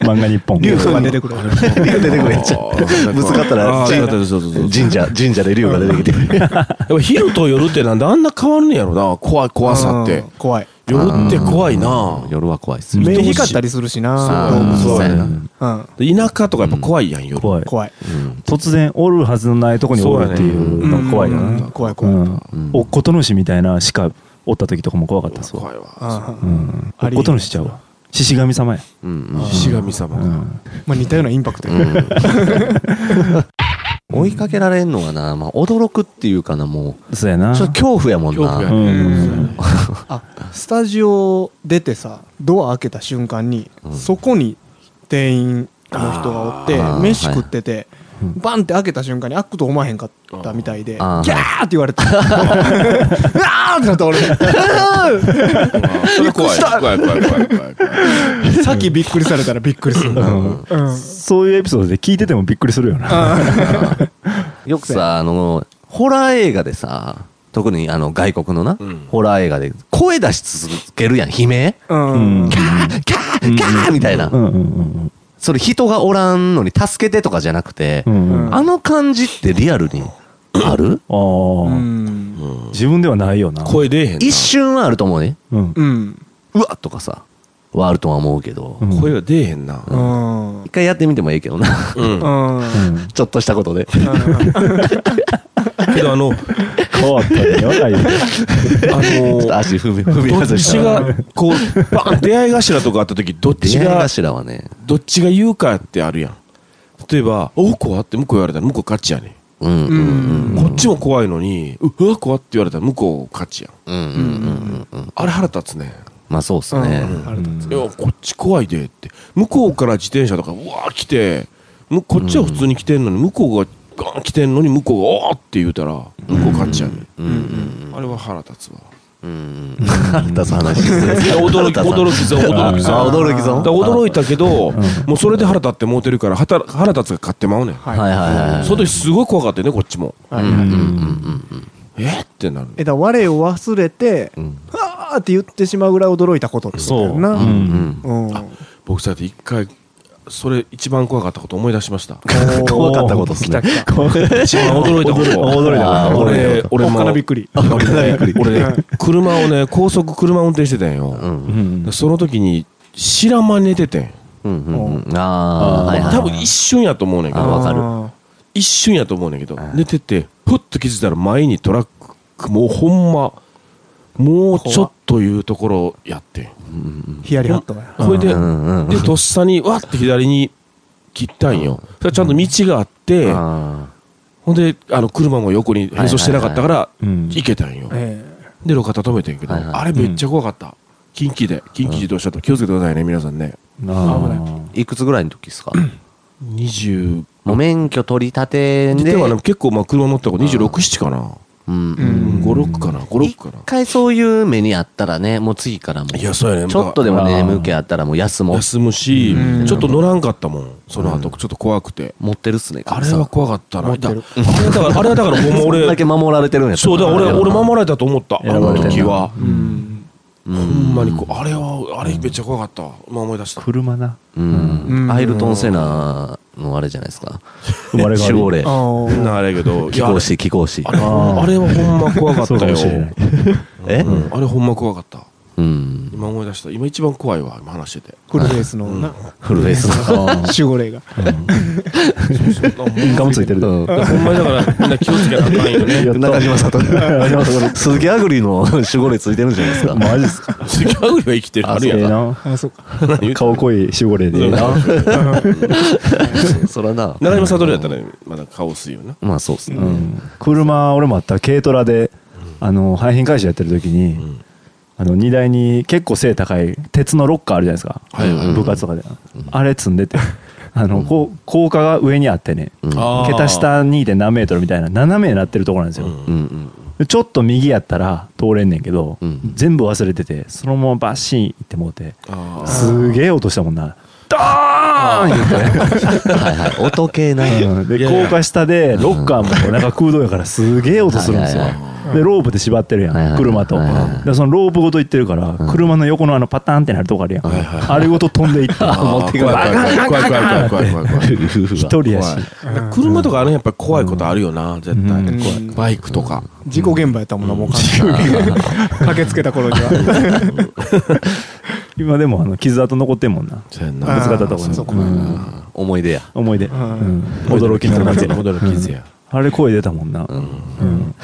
S3: 漫画日本
S1: 竜
S4: が出てくる。
S1: 出てくれちゃうぶつかったら
S2: あーそうそうそうそう
S1: 神社神社で竜が出てきて
S2: やっぱ昼と夜ってなんであんな変わんねやろな怖い怖さって
S4: うん怖い。
S2: 夜って怖いな
S1: 夜は怖いっすよ
S4: 目光ったりするしな、
S1: そう
S4: 動物
S1: そう
S4: は。
S1: やな
S4: うん。
S2: 田舎とかやっぱ怖いやん夜
S3: 怖い
S4: 怖い。
S3: 突然おるはずのないとこにおるっていうのが怖いよ
S4: うん
S3: な
S4: 怖い怖い。うん
S3: うんおっこと主みたいな鹿おった時とかも怖かったそう
S2: 怖いわ
S3: うんお
S4: あ
S3: っ
S4: り
S3: こと主ちゃうわ獅子神様や
S1: うん
S2: 石神様が
S4: まあ似たようなインパクトや
S1: うんうん追いかけられんのがな、まあ、驚くっていうかなも
S3: そうやな
S1: うちょっと恐怖やもん
S2: 恐怖や
S1: な
S3: う
S2: ね
S3: ん
S4: あスタジオ出てさドア開けた瞬間に、
S1: うん
S4: そこに店員の人がおって
S1: あー
S4: 飯食ってて、バンって開けた瞬間に開くと思わへんかったみたいでギ
S1: あ
S4: ャ
S1: ー
S4: ーって言われてうわーってなった俺
S2: それ怖い
S1: [LAUGHS]
S2: 怖い怖い怖い怖い怖い
S4: さっきびっくりされたらびっくりする
S3: うん
S4: うん
S3: そういうエピソードで聞いててもびっくりするよな。
S1: よくさ、あの、ホラー映画でさ、特にあの外国のな、
S2: うん
S1: ホラー映画で声出し続けるやん、悲鳴。
S4: うん
S1: キャーキャーキャーみたいな
S3: う。んうんうん
S1: それ人がおらんのに助けてとかじゃなくて、
S3: うんうん。
S1: あの感じってリアルにある
S4: う
S3: あ
S4: ん
S3: あ、自分ではないよな。
S2: 声出えへん
S1: 一瞬はあると思うね。
S3: うん。
S4: うん
S1: うわっとかさ、はあるとは思うけど、
S3: うん
S2: な声は出えへんな
S4: うん
S1: 一回やってみてもいいけどな。 [LAUGHS]
S2: うん
S4: うん
S3: うん
S1: ちょっとしたことで。
S2: けどあのあ
S3: 変わったね。若いよ。
S1: ちょっと
S2: の
S1: 足踏み、踏み
S2: どっ
S1: 外し
S2: ち
S1: た。
S2: がこうバン出会い頭とかあった時どっ
S1: 出
S2: ち
S1: 会い
S2: が
S1: 頭はね、
S2: どっちが言うかってあるやん例えば「お怖っ」って向こう言われたら向こう勝ちやね
S1: うんうんうん。
S2: こっちも怖いのに「うわ怖っ」って言われたら向こう勝ちやん
S1: うんうんうんうんうん。
S2: あれ腹立つね
S1: まあそうっすね。
S4: うんあれだ
S2: いやこっち怖いでって向こうから自転車とかうわー来てむこっちは普通に来てんのに向こうがガン来てんのに向こうが「おー」って言うたら向こう勝ちやねんあれは腹立つわ
S1: うん。腹立つ話ですね。
S2: いや驚き [LAUGHS] 驚きぞ驚きぞ
S1: あ驚きぞ
S2: だから驚いたけどもうそれで腹立ってもうてるからはた腹立つが勝ってまうねん
S1: はいはいはいはい。
S2: その時すごい怖かったよねこっちも
S4: はいはい
S2: えっってなる
S4: えだから我を忘れて
S1: ん
S4: 「はあ!」って言ってしまうぐらい驚いたことってことやんな
S2: そう
S4: う
S2: うん
S1: うん。
S2: 僕さ一回それ一番怖かったこと思い出しました
S1: 怖かったことっすね。
S2: 一番驚いたこと
S3: 驚いたこと
S2: 俺俺
S4: おっ
S2: も
S4: かなびっくり
S2: 俺ね車をね高速車運転してたんよ、
S1: うん。
S2: でその時に知らん間に寝ててん、
S1: うんうんうん。ああ、はいはい。
S2: 多分一瞬やと思うねんけ
S1: あ
S2: ど
S1: わかる
S4: あ
S2: 一瞬やと思うねんけど寝ててふっと気づいたら前にトラックもうほんまもうちょっというところやってん
S4: ーヒヤリハットや
S2: ほいで、
S1: うんうんうん
S2: で、とっさに、わって左に切ったんよ。それちゃんと道があって、
S1: あ
S2: ほんで、あの、車も横にへそしてなかったから、
S3: うん
S2: 行けたんよ。
S4: え
S2: で、路肩止めてんけど、
S1: はいはい
S2: あれめっちゃ怖かった。近畿で、近畿自動車と気をつけてくださいね、皆さんね。
S3: あ
S1: ーいくつぐらいの時ですか
S2: 20、
S1: もう免許取り立て
S2: 実
S1: で、
S2: はね、結構、まあ、車乗った子26、7かな。
S1: うん
S4: えう
S2: うんん、5、6かな、5、
S1: 一
S2: 6か
S1: 回そういう目にあったらね、もう次からも
S2: な。いや、そうやね。
S1: ちょっとで
S2: も。
S1: も眠気あったらもう休もう。
S2: 休むし
S4: う、ん
S2: ちょっと乗らんかったもん。その後、ちょっと怖くて。
S1: 持ってるっすね。
S2: あれは怖かったな。
S4: 持ってる
S2: だあれだから、あれはだから、ほんま
S1: これだ
S2: 俺、
S1: け守られてるんやった
S2: そう
S1: ら
S2: だ俺俺守られたと思ったあ
S3: 選ば
S2: の
S3: れてんな
S2: 時は、
S4: うん
S2: ほんまにこうあれはあれめっちゃ怖かったわ今思い出した
S3: 車な。
S1: うん
S4: うん
S1: アイルトン・セナのあれじゃないですか。
S3: 生まれ変
S1: 守護
S3: わり。
S1: 霊。
S4: あー
S2: なあれやけどい
S1: 貴
S2: やあ
S1: 公
S2: れ
S1: 子、貴公子。
S3: あー
S2: あれはほんま怖かった
S3: そうか
S2: よ
S3: もしれない。
S1: え
S2: うんあれほんま怖かった
S1: うん。
S2: 今思い出した今一番怖いわ今話してて
S4: フルフェイスのな
S1: フルフェイスの。
S4: 守護霊が
S3: ガムついてるで。
S1: うん
S2: ほんまにだからみんな気をつけなあかんよね
S1: 中島さんと鈴木アグリの守護霊ついてるんじゃないですか。
S3: マジっすか。
S2: ギャグは生きてるある
S3: え
S2: や
S3: え
S2: ん
S3: な。
S4: あそうか
S3: 顔濃い守護霊でええな。
S1: そらな。
S2: 中島悟やったらまだ顔薄いよな
S1: まあそうっすね。
S3: 車俺もあった軽トラであの廃品回収やってる時に、あの荷台に結構背高い鉄のロッカーあるじゃないですか、
S2: はいはい
S3: 部活とかで、あれ積んでて [LAUGHS] あの、こう高架が上にあってね、
S2: あー
S3: 桁下 2. 何メートルみたいな斜めになってるところなんですよ、
S1: うんうん。
S3: でちょっと右やったら通れんねんけど、
S1: うん
S3: 全部忘れててそのままバッシーン行ってもうて
S2: あ
S3: すげえ音したもんなドーン言って
S1: はいはい。音系な。
S3: うんで
S2: いやいや
S3: 高架下でロッカーもなんか空洞やからすげえ音するんですよ
S1: はいは
S3: でロープで縛ってるや
S1: はいはい
S3: ん車と
S1: はいはい
S3: でそのロープごと行ってるから車の横のあのパターンってなるとこあるやん
S2: はいはい
S3: あれごと飛んでいって
S2: あ
S3: 持ってくる
S2: 怖い怖い怖い怖い怖い怖い怖い怖い
S3: 一人やし
S2: 怖い車とかあれやっぱ怖いことあるよな絶対
S3: うん
S4: 怖い
S2: バイクとか
S4: 事故現場やったもんなもう完全に駆けつけた頃には
S3: 今でもあの傷跡残ってんもんな
S2: そうやん
S4: あ
S2: な
S3: ぶ
S4: ー
S3: つかったとこ
S4: そうか
S3: にうん
S1: 思い出や。
S3: 思い出
S4: ん
S3: うん驚きの思い出
S2: 驚きですや
S3: あれ声出たもんなうん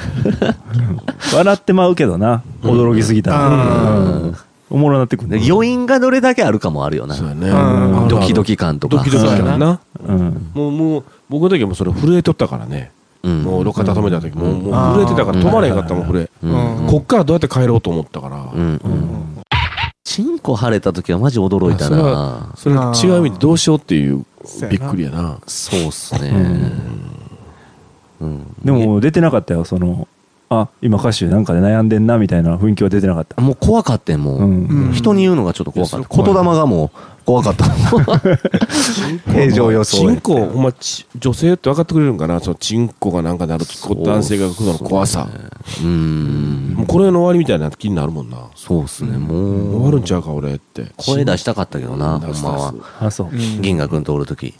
S3: 笑ってまうけどな驚きすぎたらうんおもろなってく
S1: で
S3: る
S1: 余韻がどれだけあるかもあるよな。
S2: そうやね
S4: うん
S1: ドキドキ感とか。
S2: ドキド
S4: そ
S2: キ
S4: う
S2: 感
S4: や
S2: な
S3: うん
S2: もうもう僕の時はもうそれ震えとったからね
S1: うん
S2: もう路肩止めた時もうも
S4: あー
S2: う震えてたから止まれへんかったもん震え
S4: うん
S2: こっからどうやって帰ろうと思ったから
S1: うんうん。チンコ腫れた時はマジ驚いた
S2: それは
S1: な。
S2: それは違う意味でどうしようっていう
S4: そう
S2: び
S4: や
S2: っ
S4: な
S2: くりやな
S1: そうっすね。うん
S3: でも出てなかったよそのあ今歌手なんかで悩んでんなみたいな雰囲気は出てなかった
S1: もう怖かってんもう、
S3: うん
S4: うん
S1: 人に言うのがちょっと怖かっ
S2: いや
S1: た。
S2: それ
S1: 言霊
S2: 怖い
S1: がもう怖かった。平常予想
S2: チ
S1: や
S2: ンコほんまち女性って分かってくれるんかなそのチンコがなんかなるとこう男性が来るのの怖さ
S1: うん。
S2: もうこれの終わりみたいな気になるもんな
S1: そうっすね。もう。
S2: 終わるんちゃうか俺って
S1: 声出したかったけどな、ほんまは。
S3: あそう。
S4: うん
S1: 銀河君とおるとき。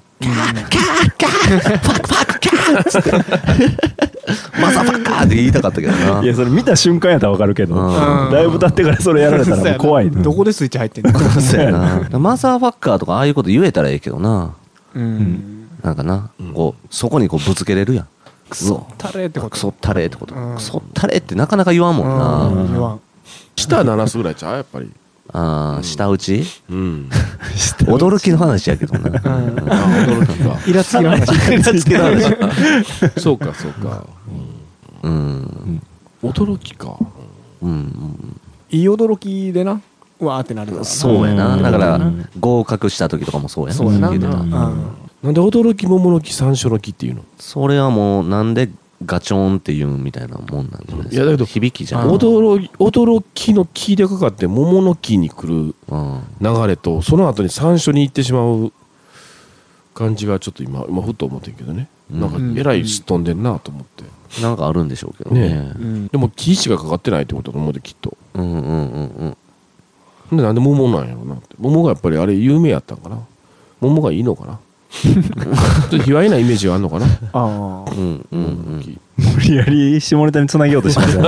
S1: キャーキャーキャーパクパクキャーっつって。マサパッカーって言いたかったけどない
S3: やそれ見た瞬間やったらわかるけど
S1: うん
S3: だいぶ経ってからそれやられたらもう怖い
S4: そうやなどこでスイッチ入ってんの
S1: そうやな。マザーファッカーとかああいうこと言えたらええけどな。
S4: うん
S1: なんかな、こう、そこにこうぶつけれるやん。クソ
S4: タレってこと
S1: クソったれってこと。
S4: うん
S1: クソったれってなかなか言わんもん
S4: う
S1: な。
S4: ん言わん
S2: 下鳴らすぐらいちゃうやっぱり
S1: ああ、舌打ち [LAUGHS]
S2: うん
S1: 驚きの話やけどな。
S4: [LAUGHS] うん
S2: あ驚きか
S4: イラつきの話
S2: そうかそうか
S1: うん。
S2: 驚きか
S1: うん。
S4: いい驚きでなうわーってなるからな
S1: そうや
S3: う
S1: な。
S3: ん
S1: だから、合格した時とかもそうやな。
S4: そうやな
S1: 言てた
S3: うん
S4: うん
S2: なんで驚き桃の木山椒の木っていうの
S1: それはもう、なんでガチョーンって言うみたいなもんなんじゃないですか。
S2: いやだけど
S1: 響きじゃん。
S2: 驚驚きの木でかかって桃の木に来る
S1: うん。
S2: 流れとその後に山椒に行ってしまう感じがちょっと今今ふっと思ってんけどね、
S1: うん
S2: なんかえらいすっ飛んでんなと思って、
S1: なんかあるんでしょうけどね
S2: ね。
S4: うん
S2: でも木しかかかってないってことだと思うできっと
S1: うんうんうんうん。
S2: でなんで桃なんやろうなって桃がやっぱりあれ有名やったんかな桃がいいの
S1: [LAUGHS]
S2: かなちょっと卑猥なイメージがあるのかな
S4: ああ
S1: うんうんう
S2: 桃の
S1: ん
S2: 木い
S3: 無理やり下ネタにつなげようとしますね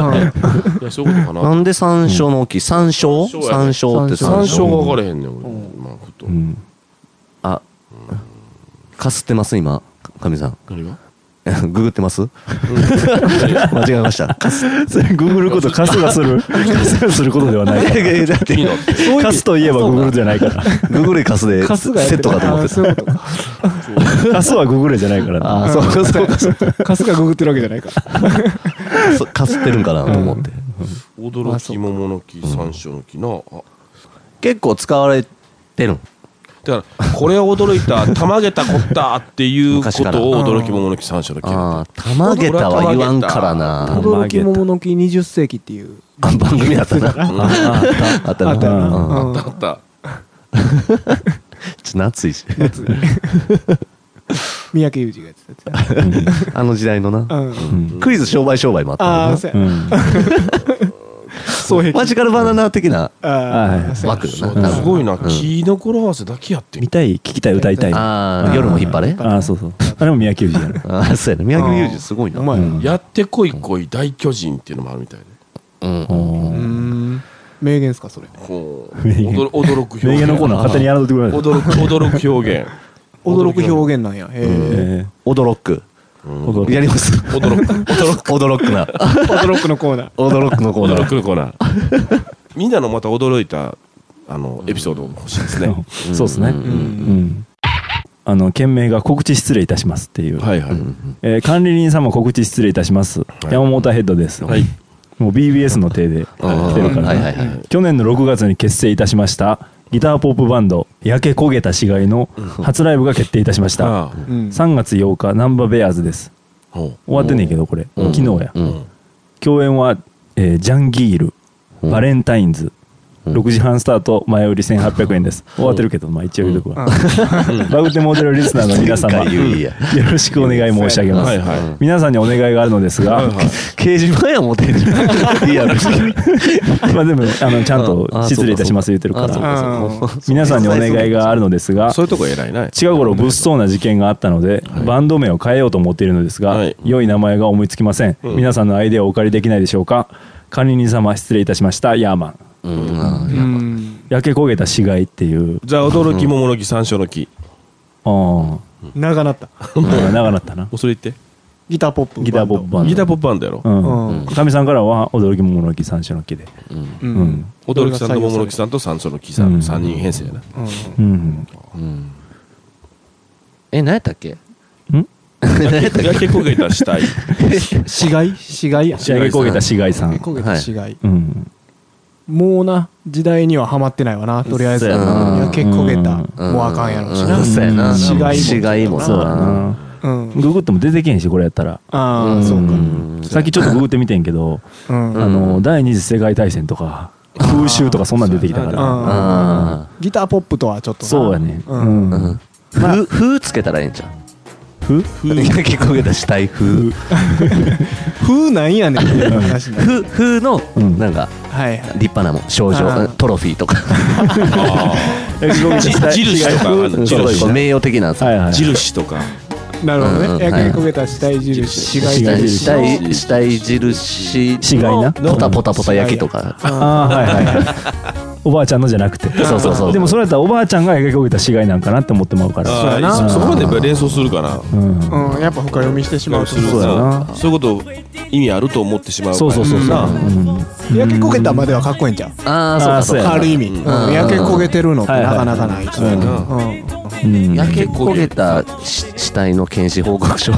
S2: やそういうことか
S1: な
S2: なん
S1: で山椒の木山椒
S2: 山椒や
S1: 山椒
S2: ね
S1: って
S2: 山
S1: 山椒
S2: 椒が分からへんねん俺、まあふと、
S3: うん
S1: あかすってます今かみさん
S2: 何が [LAUGHS]
S1: [LAUGHS] ググってます間違えましたかす
S3: それググることカスがするカスがすることではないから
S1: だって
S3: カスといえばググるじゃないから
S1: ググれかすで
S4: カスがや
S1: セットかと思って
S4: そういうことか
S3: カスはググれじゃないからな
S1: ああーそうかそうかそう
S4: カスがググってるわけじゃないか
S1: そうかすってるんかなと思って
S2: 驚き桃の木山椒の木な、あ
S1: 結構使われてるん
S2: だからこれは驚いた
S3: [LAUGHS]
S2: たまげたこったっていうこ
S1: 昔から
S2: とを驚き桃の木三者の木
S1: ああたまげたは言わんからな
S3: 玉
S4: 驚き桃の木20世紀っていう
S1: あ番組あったなあったな
S3: あったな
S1: うん
S2: だった
S1: ちょっと夏いし
S4: 三宅裕二がやってたやつ
S1: あの時代のな
S4: やうん
S3: うん
S1: クイズ商売商売もあったもんな
S4: ああそう
S3: う
S4: や
S3: ん
S4: 双璧
S1: マジカルバナナ的な
S4: あ
S3: はい
S4: あそうや
S1: 枠
S2: そ
S1: よ
S2: う
S1: な。
S2: すごいな、
S1: うん
S2: 木の語呂合わせだけやってん
S3: 見たい聞きたい歌いたい
S1: ああ、夜も引っ張れ
S3: ああそうそうあれも宮城じゃん
S1: ああ、そうやね。宮城裕二すごいな。
S4: うまいな
S2: やってこいこい大巨人っていうのもあるみたい
S1: う
S2: で
S1: ん。
S4: うーん名言っすかそれ
S2: こう
S3: 名言
S2: 驚驚く表現
S3: 名言のコーナー勝手にやらんとってくれない
S2: 驚く驚く表現
S4: 驚く表現なんやへ
S3: え
S4: え
S1: 驚く。
S3: ー驚
S1: や
S3: く
S1: ります。
S2: 驚く
S1: 驚く。驚くな。
S4: 驚くのコーナー
S1: 驚くのコーナ
S2: 驚
S1: ー。
S2: くコーナー
S3: [LAUGHS]
S2: みんなのまた驚いたあのエピソード欲しいですねは
S3: そうですね
S1: う
S3: うんあの件名が告知失礼いたしますっていう
S2: いはい、
S3: えー管理人様告知失礼いたします、山本ヘッドです、
S2: はい
S3: もう BBS の手で来てるか
S1: うん
S3: ら
S1: はいは
S3: ね
S1: いはい。
S3: 去年の6月に結成いたしましたギターポップバンド焼け焦げた死骸の初ライブが決定いたしました、
S2: ああ
S4: うん
S3: 3月8日ナンバーベアーズです
S2: ほう
S3: 終わってんねんけどこれ、昨日や、
S1: うん。
S3: 共演は、えージャンギール
S1: うん
S3: バレンタインズ、
S1: うん
S3: 6時半スタート前売り1800円です終わってるけど、まあ一応言うとくわ、バグテモデルリスナーの皆様
S1: 前回言うや
S3: よろしくお願い申し上げます、
S2: はいはい
S3: 皆さんにお願いがあるのですが、
S1: 掲示板や思てんじゃん。リアルに。
S3: [LAUGHS] まあでもあのちゃんと
S1: うんあ
S3: 失礼いたします言ってるか
S1: あそう
S3: ら
S1: かそうか
S3: 皆さんにお願いがあるのですが
S2: そういうとこ偉いな
S3: 近頃物騒な事件があったので、バンド名を変えようと思っているのですが、
S2: はい
S3: 良い名前が思いつきません、皆さんのアイデアをお借りできないでしょうか管理人様失礼いたしましたヤーマン
S1: うんあ
S4: う
S1: ー
S4: ん
S3: 焼け焦げた死骸っていう
S2: じゃあ驚き桃の木山椒の木
S3: あー
S4: 長なった
S3: うん長なったな
S2: もうそれ言って
S4: ギターポップ
S3: ギターボップバンド
S2: ギターポップバンドやろ、
S3: うん
S4: うん
S3: かみさんからは驚き桃の木三種の木で
S4: う
S3: うんん
S2: 驚きさんと桃の木さんと山椒の木さ
S3: うんん
S2: 三人編成やな
S3: うん
S1: え、何やったっけ
S3: ん
S2: 焼け焼け焦げた死体
S4: 死骸死骸や
S3: 焼け焦げた死骸さん
S4: 焦げた死骸
S3: うん
S4: もうな時代にはハマってないわなとりあえず
S3: う
S4: い
S3: っせ
S4: や
S3: やな
S4: 結構
S1: う
S4: 下手
S1: ん
S4: もうあかんやろし
S1: うんそうやな
S4: 死骸も
S1: 死骸も
S3: そうや
S1: な
S3: な
S4: うん
S3: ググっても出てけへんしこれやったら
S4: ああそうか
S1: ん
S3: さっきちょっとググってみてんけど
S4: うん
S3: あの第二次世界大戦とか空襲とかそんなん出てきたか
S2: そうや
S3: ら
S4: な
S1: あ
S4: ギターポップとはちょっとな
S3: そうやね
S4: う
S3: うん
S1: ーうんん風風つけたらええんちゃう
S3: ふ
S1: [LAUGHS] 結構出た死体風
S4: 風なんやねんっていう話
S1: [LAUGHS]
S4: になる
S1: 風風の
S3: うん
S1: なんか
S4: はいはい
S1: 立派なもん賞
S4: あ
S1: 状
S4: ー
S1: トロフィーとか
S2: じ [LAUGHS] 印とかあるの
S1: そういうこう名誉的な
S3: はい
S1: さ
S3: はい
S2: 印とか
S4: なるほど
S1: うん
S4: ね
S1: うん
S4: 焼け焦げた死体印死骸
S1: 死
S3: 死
S1: 体
S3: 骸
S1: 死
S3: 印
S1: 体死体印
S3: 死骸な
S1: ポタポタポタ焼きとか
S3: ああはいはいはいおばあちゃんのじゃなくて
S1: そうそうそう
S3: でもそれやったらおばあちゃんが描き終えた死骸なんかなって思ってまうから
S2: あ
S4: やな
S2: ーそそこまでやっぱ連想するから
S3: うん
S4: うんやっぱ深読みしてしまうと
S2: そう
S3: やな
S2: そういうこと意味あると思ってしまう
S3: そうそうそうそう
S2: な
S3: うんは
S4: 焼け焦げたまではかっこいいんじゃん
S1: ああそうかそう
S3: あーそうや
S1: か
S4: ある意味
S1: ん
S4: うん焼け焦げてるのってなかなかないから
S3: は
S4: う
S3: い
S4: ん
S3: はうん
S1: 焼け焦げた死死体の検視報告書
S2: エ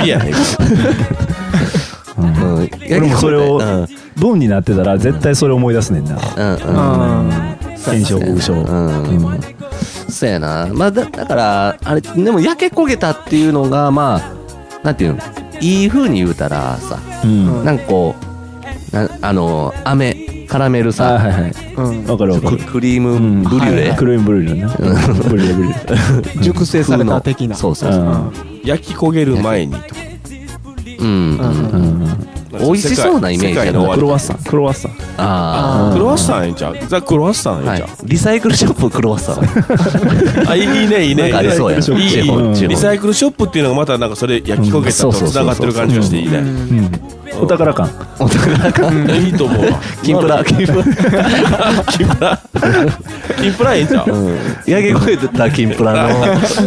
S2: ビやねん
S1: うん焼け焦げた
S3: 俺もそれを
S1: うん
S3: 文になってたら絶対それ思い出すねんな
S1: うんうん
S4: うん
S3: 検証報告書
S1: うんそうやなまあだだからあれでも焼け焦げたっていうのがまあなんていうのいい風に言うたらさ
S3: うん
S1: なんかこうなあの飴カラメル
S3: あ
S1: さ
S3: はいはい
S4: うん
S3: わかるわか
S1: ク
S3: る
S1: クリーム
S3: うん
S1: ブリュレ
S3: 黒いブリュレなブリュレブリュレ
S4: 熟成された的な
S1: そうそう
S3: う
S1: そう、
S3: ん
S2: 焼き焦げる前にとか
S1: うん
S4: う
S1: うん
S4: ん
S3: うん
S1: 美味しそうなイメージやな
S2: 世界の
S3: ク
S2: 終
S3: ロ
S2: わ
S3: ワッサンクロワッサン
S1: ああ
S2: りクロワッサンええんちゃうザ・クロワッサンええ
S1: は
S2: ん
S1: い
S2: ちゃ、
S1: リサイクルショップクロワッサン
S2: うあいいねいいね
S1: なんかありそうや
S3: リサイクルショップ
S2: いいいい
S3: うん
S1: 地方
S2: リサイクルショップっていうのがまたなんかそれ焼き焦げたとつながってる感じがしていいね
S3: うんお宝感 [LAUGHS]
S1: お宝か
S2: いいと思うわ
S1: 金プラ金プラ
S2: 金プラ金プラええんちゃう
S1: 焼け越えてた金プラ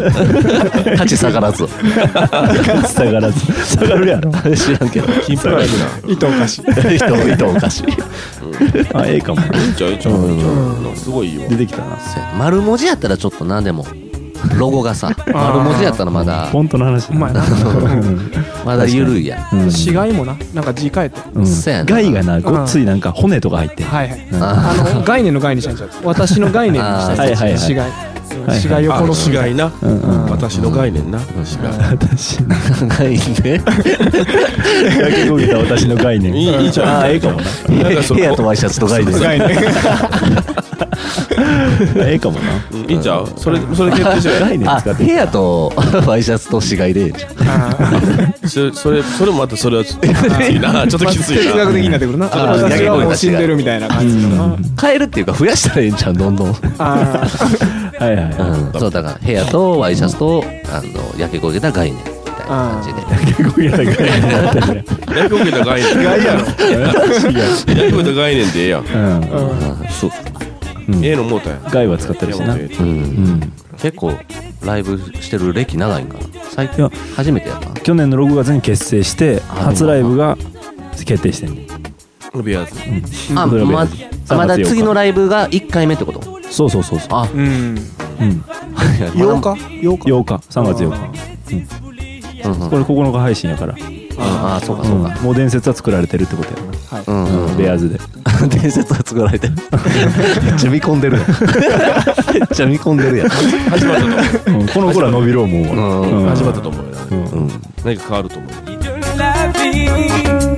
S1: の価値下がらず
S3: 下がらず下がるや [LAUGHS] ろ
S1: 知らんけど
S2: 金プラええんちゃ
S4: 糸おかしい
S1: 人糸おかしい
S3: あええかも
S2: うええんちゃうええんちゃうええんちゃうなんかすごいいいわ
S3: 出てきたな
S1: 丸文字やったらちょっとなでもロゴがさ丸文字やったらまだ
S3: フォントの話
S4: うまいな
S1: まだ緩いやん
S3: うん
S4: 死骸もななんか字変えて
S3: うん
S1: そうやな
S3: 害がなごっついなんか骨とか入って
S4: はいはい
S1: あ
S4: あの概念の概念にしたんじゃん私の概念にしたん
S3: あーはいはいはい
S4: 死骸
S3: いはい
S4: 死骸を
S2: あ
S4: 殺す
S2: 死骸な
S3: うんうん
S2: 私の概念な死骸
S3: 私の
S1: 長いね
S3: 焼け焦げた私の概念
S2: いいいいじゃん
S3: ああええかもな
S2: なんかそ
S1: 部
S2: れ
S1: 屋とワイシャツとかいいです
S4: 概念
S3: ええか [LAUGHS] もな
S2: うんいいんちゃうそれそれ決定しない
S3: 概念
S1: あ
S3: 使っ
S1: 部
S3: て
S1: 屋とワイシャツと死骸でええじゃん
S2: そそれそれもまたそれはちょっときついなちょっときつい
S4: 哲
S2: な
S4: 学的になってくるな
S1: あー
S4: 私はもう死んでるみたいな感じのな
S1: 変えるっていうか増やしたらええんちゃうどんどん
S4: あ
S3: は
S4: ー
S3: いはいは
S1: うんそうだから部屋とワイシャツとあの焼け焦げた概念みたいな感じで
S3: い結構嫌な概念になってる
S2: 焼き焦げた概念
S4: 概やろ
S2: 焼き焦げた概念でええや
S3: う
S2: ん
S3: ん
S1: うんそう
S2: ええのもうたやん
S3: 害は使ってるしな
S2: ええの思う
S1: う
S3: うんん
S1: 結構ライブしてる歴長いんかな最
S3: い
S1: 近
S3: や
S1: 初めてやった
S3: 去年の6月に結成して初ライブが決定してんねん
S2: たええルビアーズ
S1: あ
S3: 土曜日
S1: ま
S3: 月
S1: まだ次の
S3: 8
S1: ライブが1回目ってこと
S3: そうそうそうそう
S1: あ
S4: うん
S3: うん
S4: 8日8日
S3: 8日3月8日
S1: うんうん
S3: これ9日配信やから
S1: あーそうかそうか
S3: もう伝説は作られてるってことや
S1: うんう
S3: なうんんベアーズで
S1: [LAUGHS] 伝説は作られてる [LAUGHS] めっちゃ見込んでるやんめっちゃ見込んでるやん
S2: 始まったと思
S3: うんこの頃は伸びろ思う
S1: う
S3: わ
S1: ん
S2: う
S3: うん
S2: 始まったと思うよ何か変わると思う
S5: You don't like me.